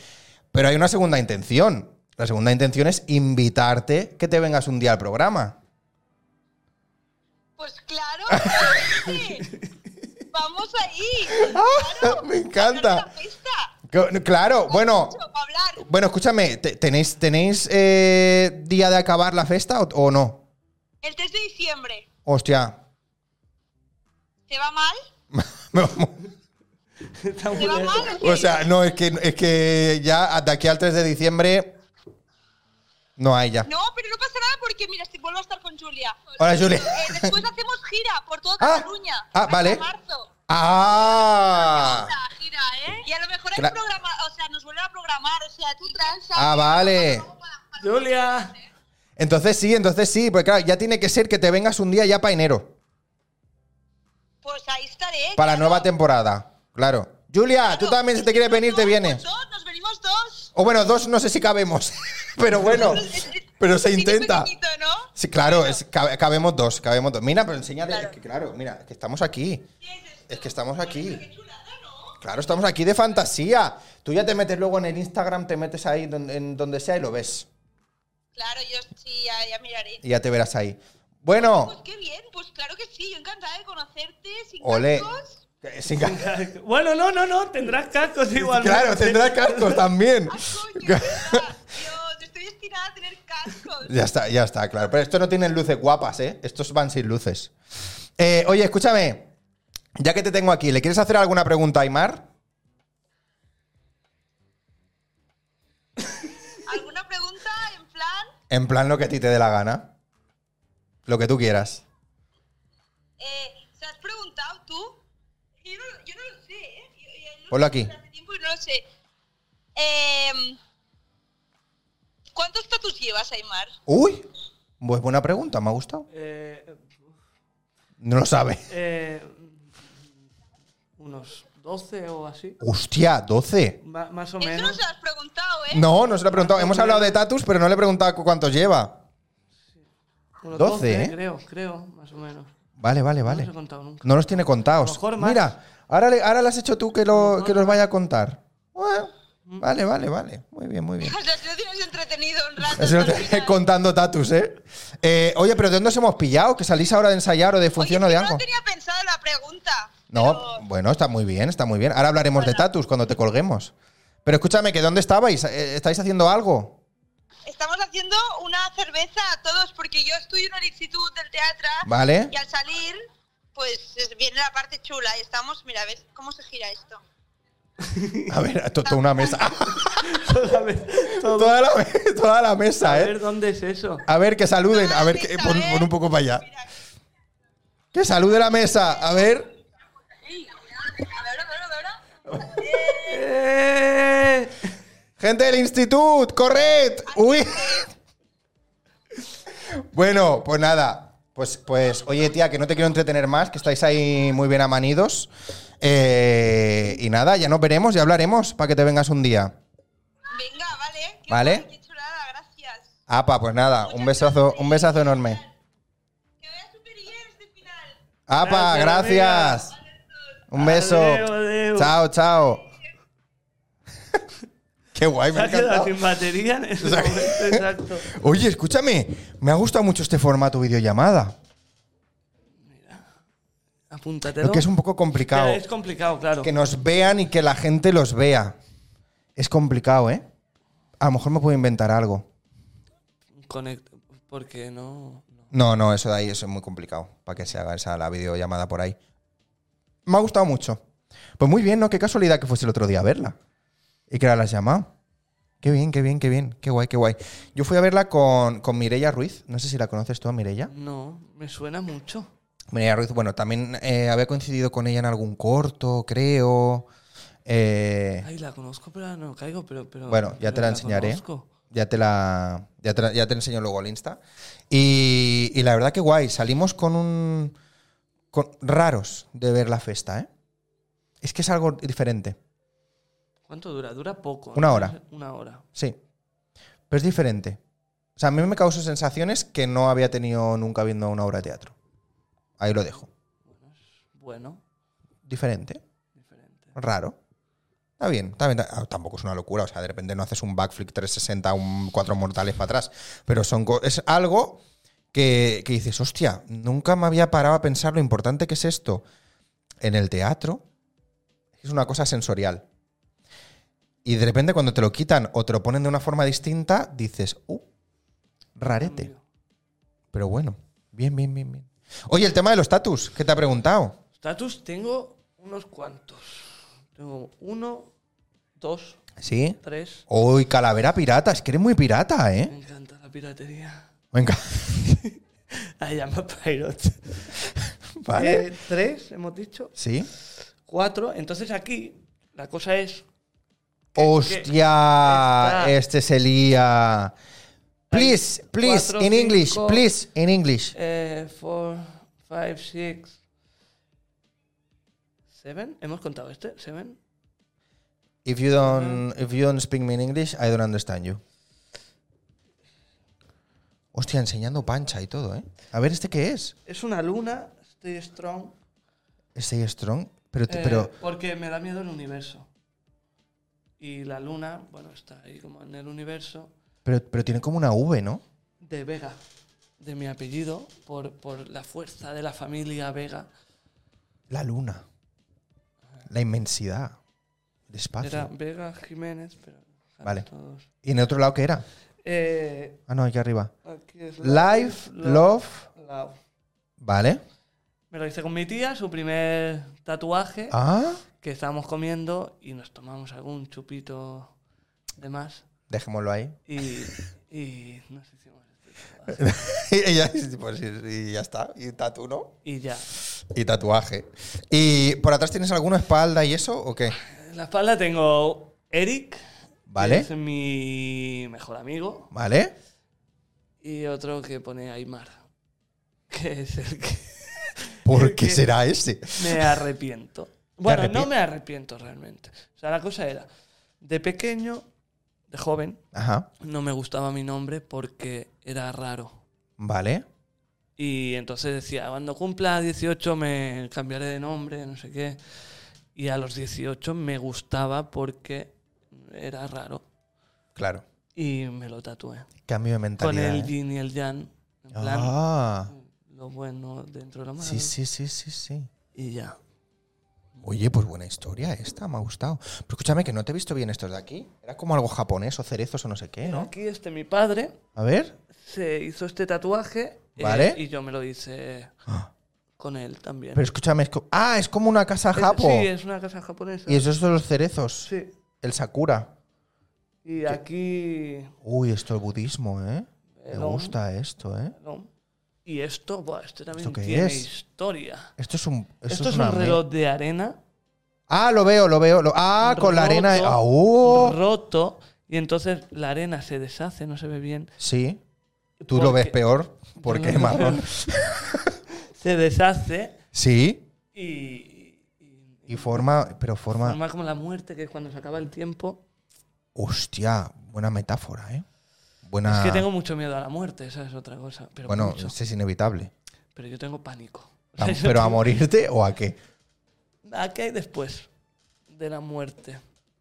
Pero hay una segunda intención. La segunda intención es invitarte que te vengas un día al programa. Pues claro, sí. vamos ahí. Claro, Me encanta. la pista. Co- Claro, bueno. Mucho para hablar. Bueno, escúchame, te- ¿tenéis, tenéis eh, día de acabar la fiesta o, o no? El 3 de diciembre, Hostia. ¿te va mal? Me va mu- Está muy ¿Te va bien. mal? O sea, no, es que, es que ya de aquí al 3 de diciembre no hay ya. No, pero no pasa nada porque, mira, si vuelvo a estar con Julia. Hola, Julia. Eh, después hacemos gira por toda Ah, Cataluña. ah, hasta vale. marzo. ¡Ah! La gira, ¿eh? Y a lo mejor hay Cla- programa, o sea, nos vuelven a programar, o sea, tú transa. Ah, vale. Julia. Entonces sí, entonces sí, porque claro, ya tiene que ser que te vengas un día ya para enero, Pues ahí estaré. para la claro. nueva temporada, claro. Julia, tú también si te quieres venir, te Nos vienes. Dos, nos venimos dos. O bueno, dos no sé si cabemos, pero bueno, pero se Sí, qué intenta. pequeñito, ¿no? Sí, claro, es- cabe- cabemos dos, cabemos dos. Mira, pero enséñale, es que claro, mira, es que estamos aquí. Es que estamos aquí. Claro, estamos aquí de fantasía. Tú ya te metes luego en el Instagram, te metes ahí donde, en donde sea y lo ves. Claro, yo sí, ya, ya miraré. Y ya te verás ahí. Bueno, Pues qué bien, pues claro que sí, yo encantada de conocerte, sin ole. cascos. Eh, sin ca- Bueno, no, no, no, tendrás cascos igualmente. Claro, tendrá cascos también. Ah, coño, mira, Dios, estoy destinada a tener cascos. Ya está, ya está, claro. Pero estos no tienen luces guapas, ¿eh? Estos van sin luces. Eh, oye, escúchame. Ya que te tengo aquí, ¿le quieres hacer alguna pregunta a Aymar? ¿Alguna pregunta en plan? En plan lo que a ti te dé la gana. Lo que tú quieras. Eh, ¿Se has preguntado tú? Yo no, yo no lo sé, ¿eh? Yo- yo no lo Ponlo sé aquí. desde Hace tiempo y no lo sé. Eh, ¿Cuántos tatus llevas, Aymar? Uy, pues buena pregunta, me ha gustado. Eh, No lo sabe. eh, unos 12 o así. Hostia, 12. Ma- más o Eso no menos. se lo has preguntado, ¿eh? No, no se lo he preguntado. Hemos hablado de tatus, pero no le he preguntado cu- cuántos lleva. Unos 12, 12, ¿eh? creo, creo, más o menos. Vale, vale, No vale. los he contado nunca. No los tiene A lo contados. mejor más. Mira, ahora, le- ahora lo has hecho tú que, lo, mejor que los vaya a contar. Bueno, vale, vale, vale. Muy bien, muy bien. O sea, si lo tienes entretenido un rato. Eso hasta te- el final. contando tatus, ¿eh? ¿eh? Oye, pero ¿de dónde os hemos pillado? ¿Que salís ahora de ensayar o de función o de Oye, es que algo? No tenía pensado la pregunta. No, pero- bueno, está muy bien, está muy bien. Ahora hablaremos de tatus cuando te colguemos. Pero escúchame, ¿que dónde estabais? Eh, ¿Estáis haciendo algo? Estamos haciendo una cerveza a todos porque yo estudio en el Instituto del Teatro ¿Vale? y al salir, pues es- viene la parte chula y estamos, mira, a ver cómo se gira esto. A ver, to- toda una mesa. Toda vez- todo- toda, la, toda la a mesa, ver ¿eh? dónde es eso. A ver, que saluden. Toda A ver, la que, mesa, pon, ¿eh? pon un poco para allá. Mira. Que salude la mesa. A ver. A ver, a ver, a ver. ¡Eh! Gente del instituto, corred. Uy. Bueno, pues nada. Pues, pues, oye, tía, que no te quiero entretener más, que estáis ahí muy bien amanidos. Eh, y nada, ya nos veremos, ya hablaremos para que te vengas un día. Venga, vale. Qué Vale. guay, Qué chulada, gracias. Apa, pues nada, un besazo, un besazo enorme. Que vaya súper bien este final. Apa, Gracias, gracias. Un beso. Adeu, adeu. Chao, chao. Qué guay, Se me ha ha quedado encantado. sin batería en ese sea, momento exacto. Oye, escúchame, me ha gustado mucho este formato videollamada. Apúntatelo. Lo que es un poco complicado. Es complicado, claro. Que nos vean y que la gente los vea. Es complicado, ¿eh? A lo mejor me puedo inventar algo. Conect- porque no. no. No, no, eso de ahí eso es muy complicado. Para que se haga esa la videollamada por ahí. Me ha gustado mucho. Pues muy bien, ¿no? Qué casualidad que fuese el otro día a verla. Y que ahora la has llamado. Qué bien, qué bien, qué bien. Qué guay, qué guay. Yo fui a verla con, con Mireia Ruiz. No sé si la conoces tú a Mireia. No, me suena mucho. Mireia Ruiz, bueno, también eh, había coincidido con ella en algún corto, creo. Eh, Ay, la conozco, pero no caigo. Pero, pero, Bueno, ya pero te la enseñaré. conozco. Ya te la. Ya te, la- ya te enseño luego al Insta. Y, y la verdad que guay. Salimos con un. con- raros de ver la festa, ¿eh? Es que es algo diferente. ¿Cuánto dura? Dura poco. Una hora. Una hora. Sí. Pero es diferente. O sea, a mí me causó sensaciones que no había tenido nunca viendo una obra de teatro. Ahí lo dejo. Bueno, Diferente. diferente. Raro. Está bien, está bien. Ah, Tampoco es una locura. O sea, de repente no haces un backflip 360, un cuatro mortales para atrás. Pero son co- es algo que, que dices, hostia, nunca me había parado a pensar lo importante que es esto. En el teatro es una cosa sensorial. Y de repente cuando te lo quitan o te lo ponen de una forma distinta, dices, uh, rarete. Cambio. Pero bueno, bien, bien, bien, bien. Oye, el tema de los tatus, ¿qué te ha preguntado? Status tengo unos cuantos. Tengo uno, dos, ¿Sí? tres. Uy, calavera pirata, es que eres muy pirata, ¿eh? Me encanta la piratería. Venga. La llama Pirot. Vale. Eh, tres, hemos dicho. ¿Sí? Cuatro. Entonces aquí la cosa es ¡Hostia! Está- Este es Elía. Please, please, cuatro, in English, cinco. please, in English. eh, four, five, six, seven. ¿Hemos contado este? Seven. If you don't, if you don't speak me in English, I don't understand you. Hostia, enseñando pancha y todo, ¿eh? A ver, ¿este qué es? Es una luna. Stay strong. Stay Este strong. Pero, te- eh, pero Porque me da miedo el universo. Y la luna, bueno, está ahí como en el universo. Pero, pero tiene como una V, ¿no? de Vega, de mi apellido, por, por la fuerza de la familia Vega. La luna. La inmensidad. El espacio. Era Vega Jiménez, pero. saben Vale. todos. ¿Y en el otro lado qué era? Eh, Ah, no, aquí arriba. aquí es Life, love. love. Vale. Me lo hice con mi tía, su primer tatuaje, Ah. que estábamos comiendo y nos tomamos algún chupito de más Dejémoslo ahí. y, y nos hicimos este tatuaje. y, ya, pues, y- y ya está. Y tatu, ¿no? Y ya. Y tatuaje. ¿Y por atrás tienes alguna espalda y eso o qué? En la espalda tengo Eric, que Vale. es mi mejor amigo. ¿Vale? Y otro que pone Aymar. Que es el que ¿Por El qué que- será ese? me arrepiento. Bueno, arrepi- no me arrepiento realmente. O sea, la cosa era, de pequeño, de joven, Ajá. no me gustaba mi nombre porque era raro. Vale. Y entonces decía, cuando cumpla 18 me cambiaré de nombre, no sé qué. Y a los 18 me gustaba porque era raro. Claro. Y me lo tatué. Cambio de Con mentalidad. el ¿eh? yin y el yang. En plan, Ah, lo bueno dentro de lo malo. sí, sí, sí, sí, sí. Y ya. Oye, pues buena historia esta, me ha gustado. Pero escúchame, que no te he visto bien estos de aquí. Era como algo japonés o cerezos o no sé qué, ¿no? Aquí este mi padre A ver. se hizo este tatuaje. eh, Vale. Ah. y yo me lo hice con él también. Pero escúchame, es co- ah, es como una casa Es- japo. Sí, es una casa japonesa. Y esos son los cerezos. Sí. El sakura. Y aquí. Uy, esto es budismo, ¿eh? Me Hello. gusta esto, ¿eh? ¿no? Y esto, buah, este también ¿Esto qué tiene es? historia. Esto es un. Esto, esto es una un me- reloj de arena. Ah, lo veo, lo veo. lo- Ah, con la arena. de- roto, Ah, uh. Roto. Y entonces la arena se deshace, no se ve bien. Sí. Tú lo ves Porque- peor porque Yo es no- marrón. Se deshace Sí. y. y- Y forma. Pero forma. forma como la muerte, que es cuando se acaba el tiempo. Hostia, buena metáfora, ¿eh? Buena. Es que tengo mucho miedo a la muerte, esa es otra cosa. Pero, bueno, mucho. es inevitable. pero yo tengo pánico. O sea, Tam- yo Pero a tengo- morirte o a qué? ¿A Ah, qué hay después de la muerte?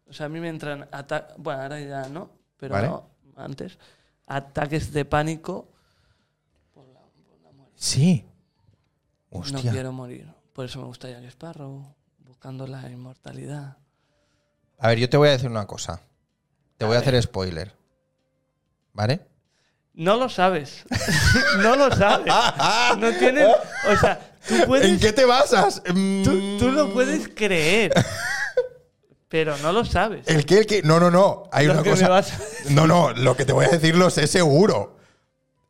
O sea, a mí me entran ataques. Bueno, ahora ya no, pero Vale. no, antes. Ataques de pánico. Sí. No Hostia. quiero morir. Por eso me gusta Jack Sparrow, buscando la inmortalidad. A ver, yo te voy a decir una cosa. Te voy a hacer spoiler. ¿Vale? No lo sabes. no lo sabes. No tienes. O sea, tú ¿En puedes. qué te basas? Mm. Tú, tú lo puedes creer. Pero no lo sabes. ¿El qué? ¿El qué? No, no, no. Eh, Hay Lo una que me cosa. vas a- No, no, lo que te voy a decir lo sé seguro.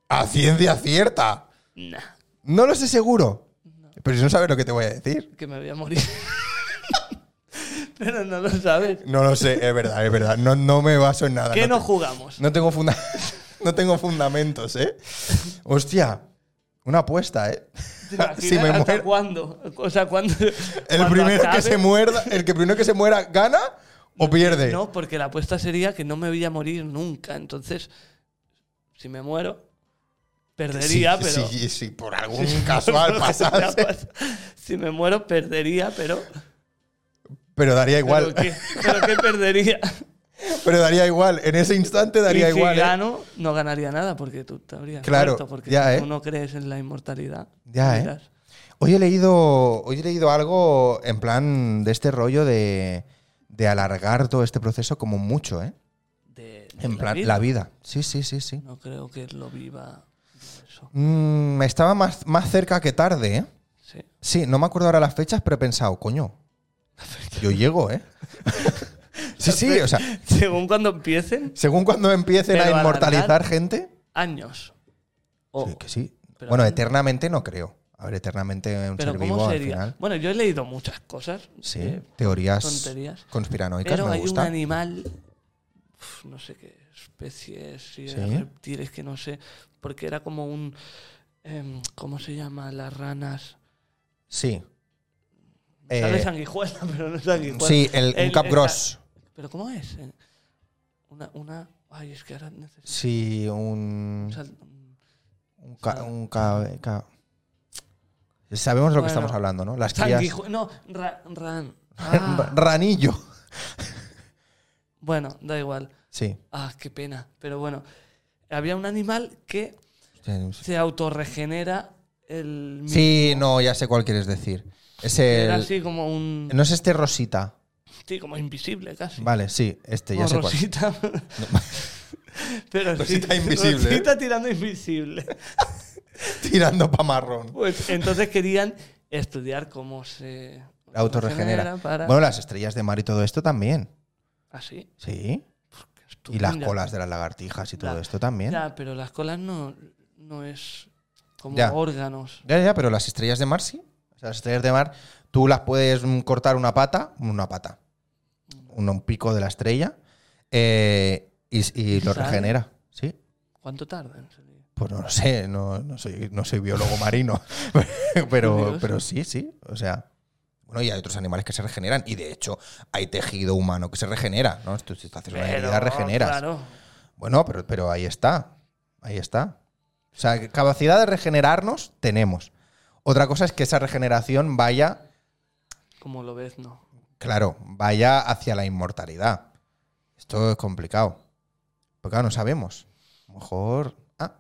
A ciencia cierta. Nah, No lo sé seguro. Pero si no sabes lo que te voy a decir. que me voy a morir. Pero no lo sabes. No lo sé, es verdad, es verdad. No, no me baso en nada. ¿Qué no no jugamos? No tengo, funda- no tengo fundamentos, ¿eh? Hostia, una apuesta, ¿eh? ¿Te imaginas si me hasta muero- cuándo? O sea, ¿cuándo? El cuando primero acabe? que se muerda, el que primero que se muera gana o pierde. No, porque la apuesta sería que no me voy a morir nunca. Entonces, si me muero, Sí, perdería, sí, pero. sí, sí, por algún casual pasase, si me muero, perdería, pero. pero daría igual. ¿Pero qué, pero qué perdería? Pero daría igual, en ese instante daría y si igual. ¿eh? gano, no ganaría nada porque tú te habrías Claro, muerto, porque ya, si ¿eh? tú no crees en la inmortalidad. Ya, ¿eh? dirás, Hoy he leído, hoy he leído algo en plan de este rollo de, de alargar todo este proceso como mucho, ¿eh? de- de En la plan, vida. la vida. Sí, sí, sí, sí. No creo que lo viva eso. Mm, estaba más, más cerca que tarde, ¿eh? Sí. Sí, no me acuerdo ahora las fechas, pero he pensado, coño, yo llego, ¿eh? sí, sí, o sea, Según cuando empiecen, según cuando empiecen Pero a alargar- inmortalizar gente. años. O- Sí, que sí. pero Bueno, aún- eternamente no creo. A ver, eternamente un Pero ser ¿cómo vivo al sería? final. Bueno, yo he leído muchas cosas. Sí, eh, teorías tonterías. conspiranoicas pero me hay un gusta. animal, uf, no sé qué especie es, si es Sí. reptiles, que no sé, porque era como un... em, ¿Cómo se llama? Las ranas... Sí. Sale Eh, sanguijuela, pero no es sanguijuela. sí, el, un El- Cap el- Gross. ¿Pero cómo es? Eh, Una... una ay, es que ahora necesito... Sí, un. un sal- un- un ca- un ca- ca- Sabemos lo que Bueno, estamos hablando, ¿no? Las crías. Sanguijue- No, ra- ran... Ah, Ranillo. bueno, da igual. Sí. Ah, qué pena. Pero bueno, había un animal que Hostia, se autorregenera el mismo. Sí, no, ya sé cuál quieres decir. Es el. Era así como un. No es este Rosita. Sí, como invisible casi. Vale, sí, este, ya O sé cuál. Rosita. Pero sí, Rosita invisible. ¿eh? Rosita tirando invisible. Tirando pa' marrón. Pues entonces querían estudiar cómo se. Autorregenera. para- Bueno, las estrellas de mar y todo esto también. Así. Sí. Estuvo Y las un- colas de las lagartijas y todo Ya. esto también. Ya, pero las colas no, no es como Ya. órganos. Ya, ya, pero las estrellas de mar sí. O sea, las estrellas de mar, tú las puedes mm, cortar una pata, una pata, Mm. un, un pico de la estrella, eh, y, y lo ¿Sale? regenera. Sí. ¿Cuánto tarda en salir? Pues no lo sé, no, no soy, no soy biólogo marino, pero, Curioso. pero sí, sí, o sea. Bueno, y hay otros animales que se regeneran, y de hecho hay tejido humano que se regenera, ¿no? Tú, si te haces una herida, Pero, regeneras. Claro. Bueno, pero, pero ahí está, ahí está. O sea, capacidad de regenerarnos tenemos. Otra cosa es que esa regeneración vaya, Como lo ves, no. claro, vaya hacia la inmortalidad. Esto es complicado. Porque claro, no sabemos. A lo mejor. Ah,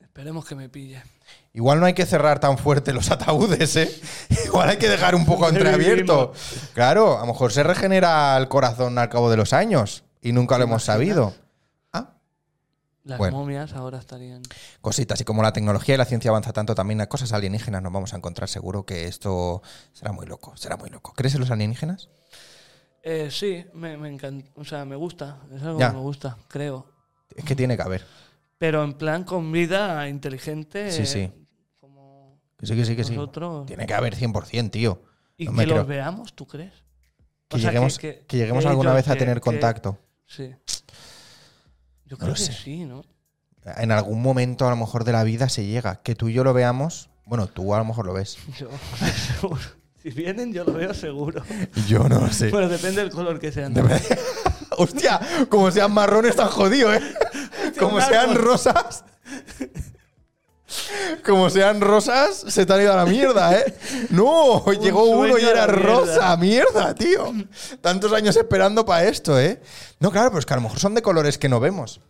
Esperemos que me pille. Igual no hay que cerrar tan fuerte los ataúdes, ¿eh? Igual hay que dejar un poco entreabierto. Claro, a lo mejor se regenera el corazón al cabo de los años y nunca lo ¿Te hemos imaginas? sabido. Ah, Las Bueno. momias ahora estarían. cositas. Y como la tecnología y la ciencia avanza tanto, también las cosas alienígenas nos vamos a encontrar. Seguro que esto será muy loco, será muy loco. ¿Crees en los alienígenas? Eh, sí, me, me encanta. O sea, me gusta. Es algo Ya. que me gusta, creo. Es que tiene que haber. Pero en plan con vida inteligente. Sí, eh, sí. Como Que sí, que sí, que sí. nosotros. Tiene que haber 100%, tío. Y no me que creo. los veamos, ¿tú crees? Que O sea, lleguemos, que, lleguemos que alguna ellos- vez a que- tener que- contacto. Sí. Yo No creo lo que sé. sí, ¿no? en algún momento a lo mejor de la vida se llega. Que tú y yo lo veamos. Bueno, tú a lo mejor lo ves. Yo, seguro. Si vienen, yo lo veo seguro. Yo no lo sé. Bueno, depende del color que sean. Hostia, como sean marrones tan jodido, ¿eh? Como un sean árbol. rosas. Como sean rosas, se te han ido a la mierda, ¿eh? No, llegó uno y sueño a la era mierda. rosa, mierda, tío. Tantos años esperando para esto, ¿eh? No, claro, pero es que a lo mejor son de colores que no vemos.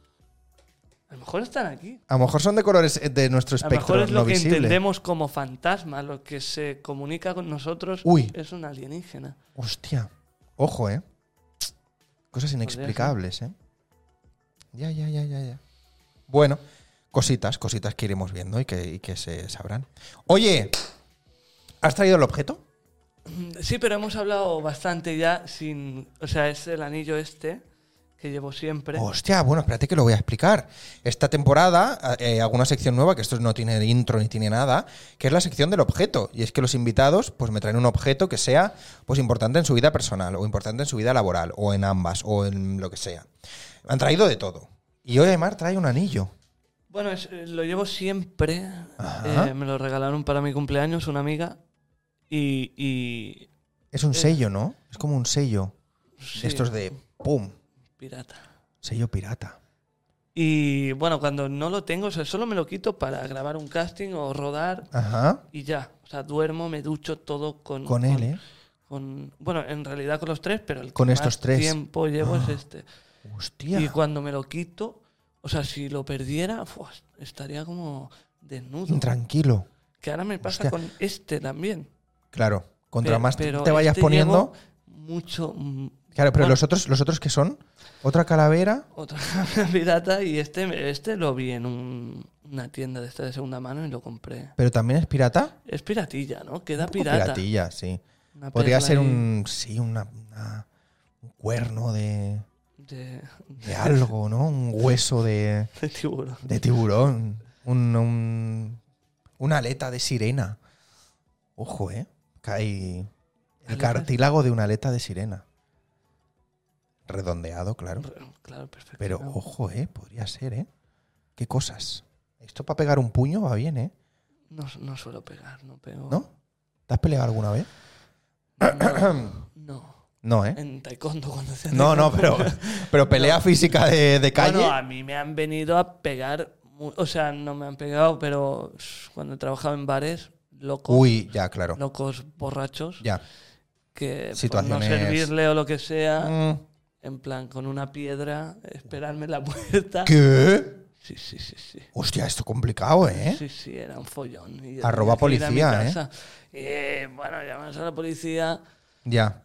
A lo mejor están aquí. A lo mejor son de colores eh, de nuestro A lo espectro mejor es no lo que visible. entendemos como fantasma, lo que se comunica con nosotros Uy. es un alienígena. Hostia. Ojo, ¿eh? Cosas ser. inexplicables, ¿eh? Ya, ya, ya, ya, ya. Bueno, cositas, cositas que iremos viendo y que, y que se sabrán. Oye, ¿has traído el objeto? Sí, pero hemos hablado bastante ya sin... O sea, es el anillo este que llevo siempre. Hostia, bueno, espérate que lo voy a explicar. Esta temporada, eh, alguna sección nueva, que esto no tiene intro ni tiene nada, que es la sección del objeto. Y es que los invitados pues me traen un objeto que sea pues importante en su vida personal, o importante en su vida laboral, o en ambas, o en lo que sea. Me han traído de todo. Y hoy Aymar trae un anillo. Bueno, es- eh, lo llevo siempre. Ajá. Eh, me lo regalaron para mi cumpleaños una amiga. Y... y- Es un sello, ¿no? Es como un sello. Eh. sí, De Estos de pum, Pirata. sello pirata. Y bueno, cuando no lo tengo, o sea, solo me lo quito para grabar un casting o rodar Ajá. y ya. O sea, duermo, me ducho todo con. Con él, ¿eh? con- bueno, en realidad con los tres, pero el que Con estos más tres. Ah, tiempo llevo es este. Hostia. Y cuando me lo quito, o sea, si lo perdiera, ¡fua! estaría como desnudo. Tranquilo. que ahora me pasa Hostia. con este también. Claro. Contra Pero- más te- pero te vayas este poniendo. llevo Mucho. mm, Claro, pero bueno, los otros, los otros que son otra calavera. Otra pirata y este, este lo vi en un- una tienda de esta de segunda mano y lo compré. Pero también es pirata. Es piratilla, ¿no? Queda Un poco pirata. Piratilla, sí. Una Podría perla ser ahí un. Sí, una, una- un cuerno de, De, de algo, ¿no? Un hueso de, de tiburón. de tiburón. Un, un- una aleta de sirena. Ojo, ¿eh? Cae el Aletas. cartílago de una aleta de sirena. Redondeado, claro. Claro, perfecto. Pero ojo, ¿eh? Podría ser, ¿eh? ¿Qué cosas? Esto para pegar un puño va bien, ¿eh? No, no suelo pegar, no pego. ¿No? ¿Te has peleado alguna vez? No. no. No, ¿eh? En taekwondo cuando se No, no, pero, pero pelea física de, de calle. Bueno, a mí me han venido a pegar. mu- O sea, no me han pegado, pero shh, cuando he trabajado en bares, locos, Uy, ya, claro. locos borrachos, Ya. que Situaciones- por no servirle o lo que sea, Mm, en plan con una piedra, esperarme en la puerta. ¿Qué? Sí, sí, sí, sí. Hostia, esto es complicado, ¿eh? Sí, sí, era un follón. Y yo Arroba tenía que ir a mi policía, ¿eh? casa. Eh, bueno, llamamos a la policía Ya.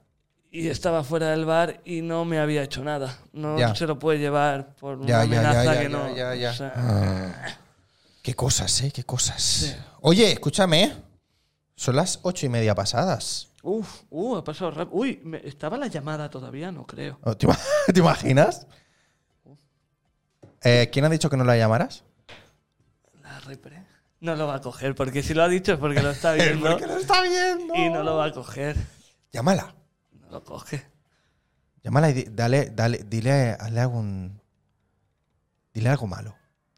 y estaba fuera del bar y no me había hecho nada. No Ya. se lo puede llevar por una Ya, ya, ya, amenaza ya, que ya, no. ya, Ah. ya. o sea, Qué cosas, ¿eh? Qué cosas. Oye, escúchame. ¿eh? Son las ocho y media pasadas. uf, uh, ha pasado rápido. Uy, me- estaba la llamada todavía, no creo. Oh, ¿Te, ima- te imaginas? Eh, ¿Quién ha dicho que no la llamaras? La repre. No lo va a coger, porque si lo ha dicho es porque lo está viendo está viendo. y no lo va a coger. Llámala. No lo coge. Llámala y di- dale, dale, dile, hazle algún. Dile algo malo.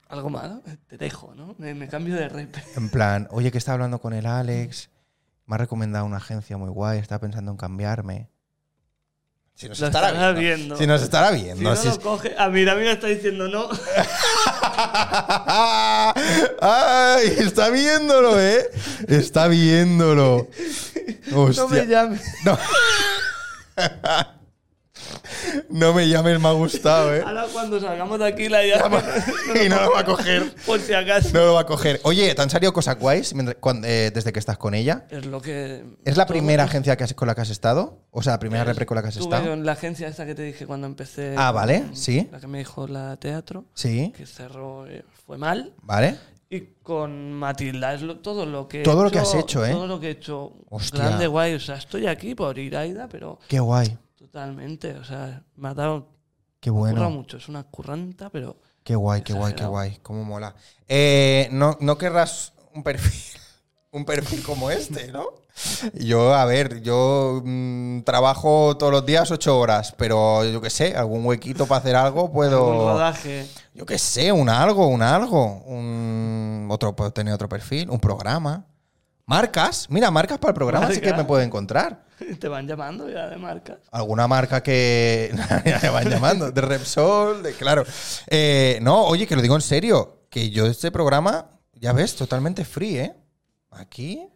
Algo malo, eh, te dejo, ¿no? Me, me cambio de repre. En plan, oye, que estaba hablando con el Alex, me ha recomendado una agencia muy guay, estaba pensando en cambiarme. Si nos Lo estará, estará viendo. viendo. Si nos estará Si viendo. no, si lo es- coge. Ah, mira, a mí me está diciendo no. ¡Ay! Está viéndolo, ¿eh? Está viéndolo. Hostia. No me llames. No. No me llames, me ha gustado, ¿eh? Ahora cuando salgamos de aquí la llamo. Y no lo va a coger. Por si acaso. No lo va a coger. Oye, ¿te han salido cosas guays mientras- cuan- eh, desde que estás con ella? Es lo que. ¿Es la todo- Eh, primera agencia que has- con la que has estado? O sea, la primera repre con la que has Estuve estado. en la agencia esta que te dije cuando empecé. Ah, vale, con sí. La que me dijo la teatro, Sí. que cerró, eh, fue mal. ¿Vale? Y con Matilda, es lo- todo lo que. he Todo lo que has hecho, ¿eh? Todo lo que he hecho. Hostia. Grande, guay. O sea, estoy aquí por ir Aida, pero Qué guay. totalmente. O sea, me ha dado. Qué curra bueno. mucho, es una curranta, pero. Qué guay, qué guay, qué Exagerado. guay. Cómo mola. Eh, no, no querrás un perfil, un perfil como este, ¿no? Yo, a ver, yo mm, trabajo todos los días ocho horas, pero yo qué sé, algún huequito para hacer algo puedo. Un rodaje. Yo qué sé, un algo, un algo. Un otro, puedo tener otro perfil, un programa. Marcas, mira, marcas para el programa, así que Marca. me puedo encontrar. Te van llamando ya de marcas. Alguna marca que ya me van llamando, de Repsol, de claro. Eh, no, oye, que lo digo en serio, que yo este programa, ya ves, totalmente free, ¿eh? Aquí,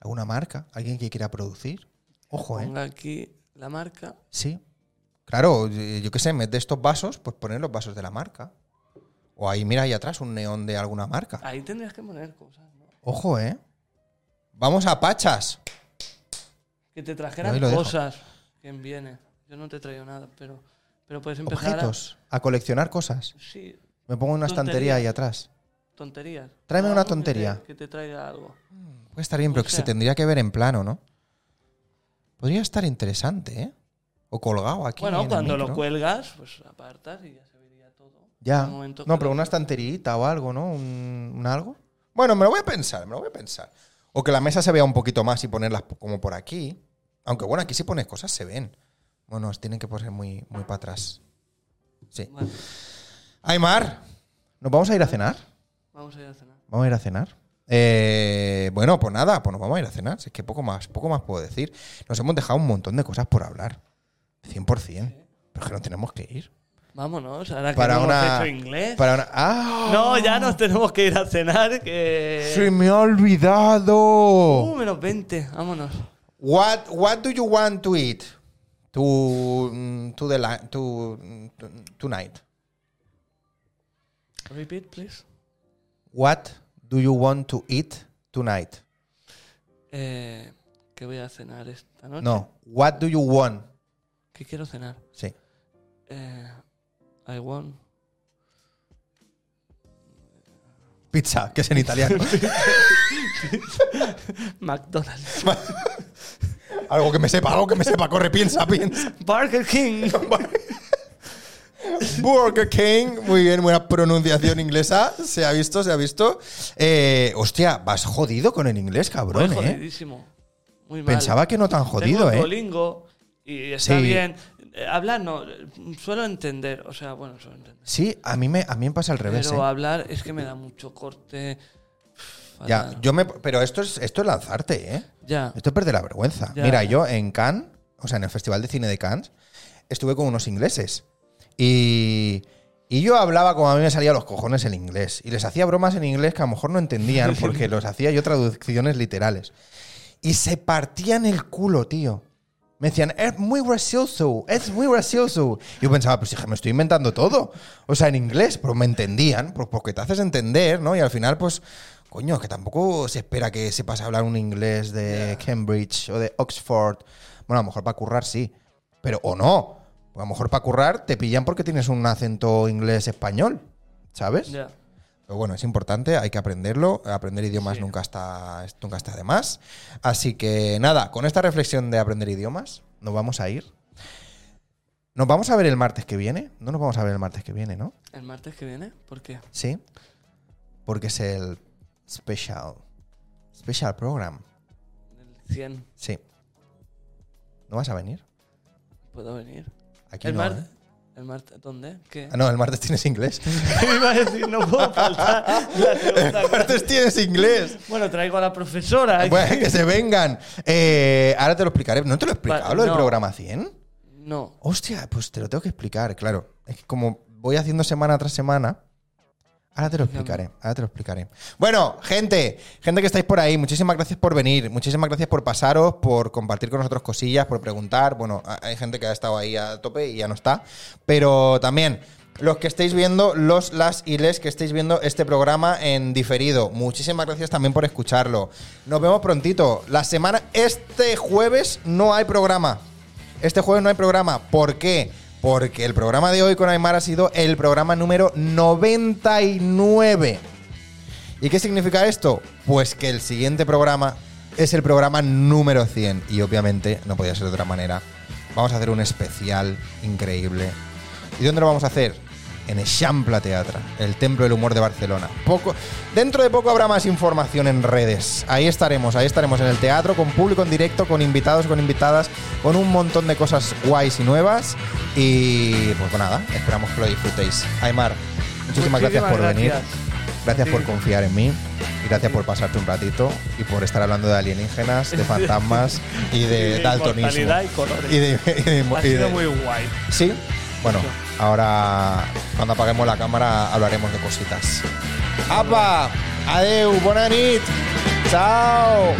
alguna marca, alguien que quiera producir. Ojo, ¿eh? Ponga aquí la marca. Sí. Claro, eh, yo qué sé, en vez de estos vasos, pues poner los vasos de la marca. O ahí, mira ahí atrás, un neón de alguna marca. Ahí tendrías que poner cosas, ¿no? Ojo, ¿eh? Vamos a Pachas. Que te trajeran Ahí lo dejo. cosas. Quien viene. Yo no te he traído nada, pero, pero puedes empezar. a- Objetos. A coleccionar cosas. sí, Me pongo una estantería Tonterías. ahí atrás. tonterías. Tráeme una que te- tontería. Que te, traiga algo. Puede estar bien, pero O que se sea. tendría que ver en plano, ¿no? Podría estar interesante, ¿eh? O colgado aquí. en Bueno, el cuando lo micro. cuelgas, pues apartas y ya se vería todo. En Ya. el momento No, que pero lo- una estanterita o algo, ¿no? Un, un algo. Bueno, me lo voy a pensar, me lo voy a pensar. O que la mesa se vea un poquito más y ponerlas po- como por aquí. Aunque bueno, aquí si pones cosas se ven. Bueno, os tienen que poner muy, muy para atrás. Sí. Bueno, Aymar, ¿nos vamos a ir a cenar? vamos a ir a cenar. Vamos a ir a cenar. Eh, bueno, pues nada, pues nos vamos a ir a cenar. Si es que poco más, poco más puedo decir. Nos hemos dejado un montón de cosas por hablar. 100%. Pero es que nos tenemos que ir. Vámonos, ahora que Para no una- hemos hecho inglés. Para una- ¡Ah! No, ya nos tenemos que ir a cenar, que... ¡Se me ha olvidado! Uh, menos 20, vámonos. What What do you want to eat? To mm, to the li- to, to tonight. Repeat, please. What do you want to eat tonight? Eh, ¿Qué voy a cenar esta noche? No. What do you want? ¿Qué quiero cenar? Sí. Eh, I want... Pizza, que es en italiano. McDonald's. algo que me sepa, algo que me sepa. Corre, piensa, piensa. Burger King. Burger King, muy bien, buena pronunciación inglesa. Se ha visto, se ha visto. Eh, hostia, vas jodido con el inglés, Voy cabrón, eh. jodidísimo. Muy mal. Pensaba que no tan jodido, Tengo eh. Duolingo y está Sí. bien. Eh, Hablar no, eh, suelo entender, o sea, bueno, suelo entender. Sí, a mí me, a mí me pasa al revés. Pero eh. hablar es que me da mucho corte. Uf, Ya, fatal. yo me, pero esto es, esto es lanzarte, ¿eh? ya. Esto es perder la vergüenza. Ya. Mira, yo en Cannes, o sea, en el Festival de Cine de Cannes, estuve con unos ingleses. Y, y yo hablaba como a mí me salía a los cojones el inglés. Y les hacía bromas en inglés que a lo mejor no entendían porque los hacía yo traducciones literales. Y se partían el culo, tío. Me decían, es muy gracioso, es muy gracioso. Yo pensaba, pues hija, me estoy inventando todo. O sea, en inglés, pero me entendían, pues, porque te haces entender, ¿no? Y al final, pues, coño, que tampoco se espera que sepas hablar un inglés de Cambridge o de Oxford. Bueno, a lo mejor para currar sí, pero o no. Porque a lo mejor para currar te pillan porque tienes un acento inglés español, ¿sabes? Ya. Pero bueno, es importante, hay que aprenderlo. Aprender idiomas nunca, está, nunca está de más. Así que nada, con esta reflexión de aprender idiomas, nos vamos a ir. ¿Nos vamos a ver el martes que viene? No nos vamos a ver el martes que viene, ¿no? El martes que viene, ¿por qué? Sí. Porque es el special. Special program. El 100, Sí. ¿No vas a venir? ¿puedo venir? Aquí El no. martes. ¿eh? ¿El martes? ¿Dónde? ¿Qué? Ah, no, el martes tienes inglés. Iba a decir, no puedo faltar la segunda el clase. martes tienes inglés. Bueno, traigo a la profesora. Bueno, que se vengan. Eh, ahora te lo explicaré. ¿No te lo he explicado Vale, lo del no. programa 100? No. Hostia, pues te lo tengo que explicar, claro. Es que como voy haciendo semana tras semana. Ahora te lo explicaré, ahora te lo explicaré. Bueno, gente, gente que estáis por ahí, muchísimas gracias por venir, muchísimas gracias por pasaros, por compartir con nosotros cosillas, por preguntar. Bueno, ha- hay gente que ha estado ahí a tope y ya no está. Pero también, los que estáis viendo, los, las y les que estáis viendo este programa en diferido, muchísimas gracias también por escucharlo. Nos vemos prontito. La semana, este jueves no hay programa. Este jueves no hay programa. ¿Por qué? Porque el programa de hoy con Aymar ha sido el programa número 99. ¿Y qué significa esto? Pues que el siguiente programa es el programa número 100. Y obviamente no podía ser de otra manera. Vamos a hacer un especial increíble. ¿Y dónde lo vamos a hacer? En Echampla Teatra, el Templo del Humor de Barcelona. Poco, dentro de poco habrá más información en redes. Ahí estaremos, ahí estaremos en el teatro, con público en directo, con invitados, con invitadas, con un montón de cosas guays y nuevas. Y pues nada, esperamos que lo disfrutéis. Aymar, muchísimas, gracias por venir. Gracias por confiar en mí y gracias por pasarte un ratito y por estar hablando de alienígenas, de fantasmas y de daltonismo. Mortalidad y colores. Y de, y de- ha y sido de- muy guay. Sí, bueno, ahora cuando apaguemos la cámara hablaremos de cositas. ¡Apa! ¡Adeu! ¡Buena nit! ¡Chao!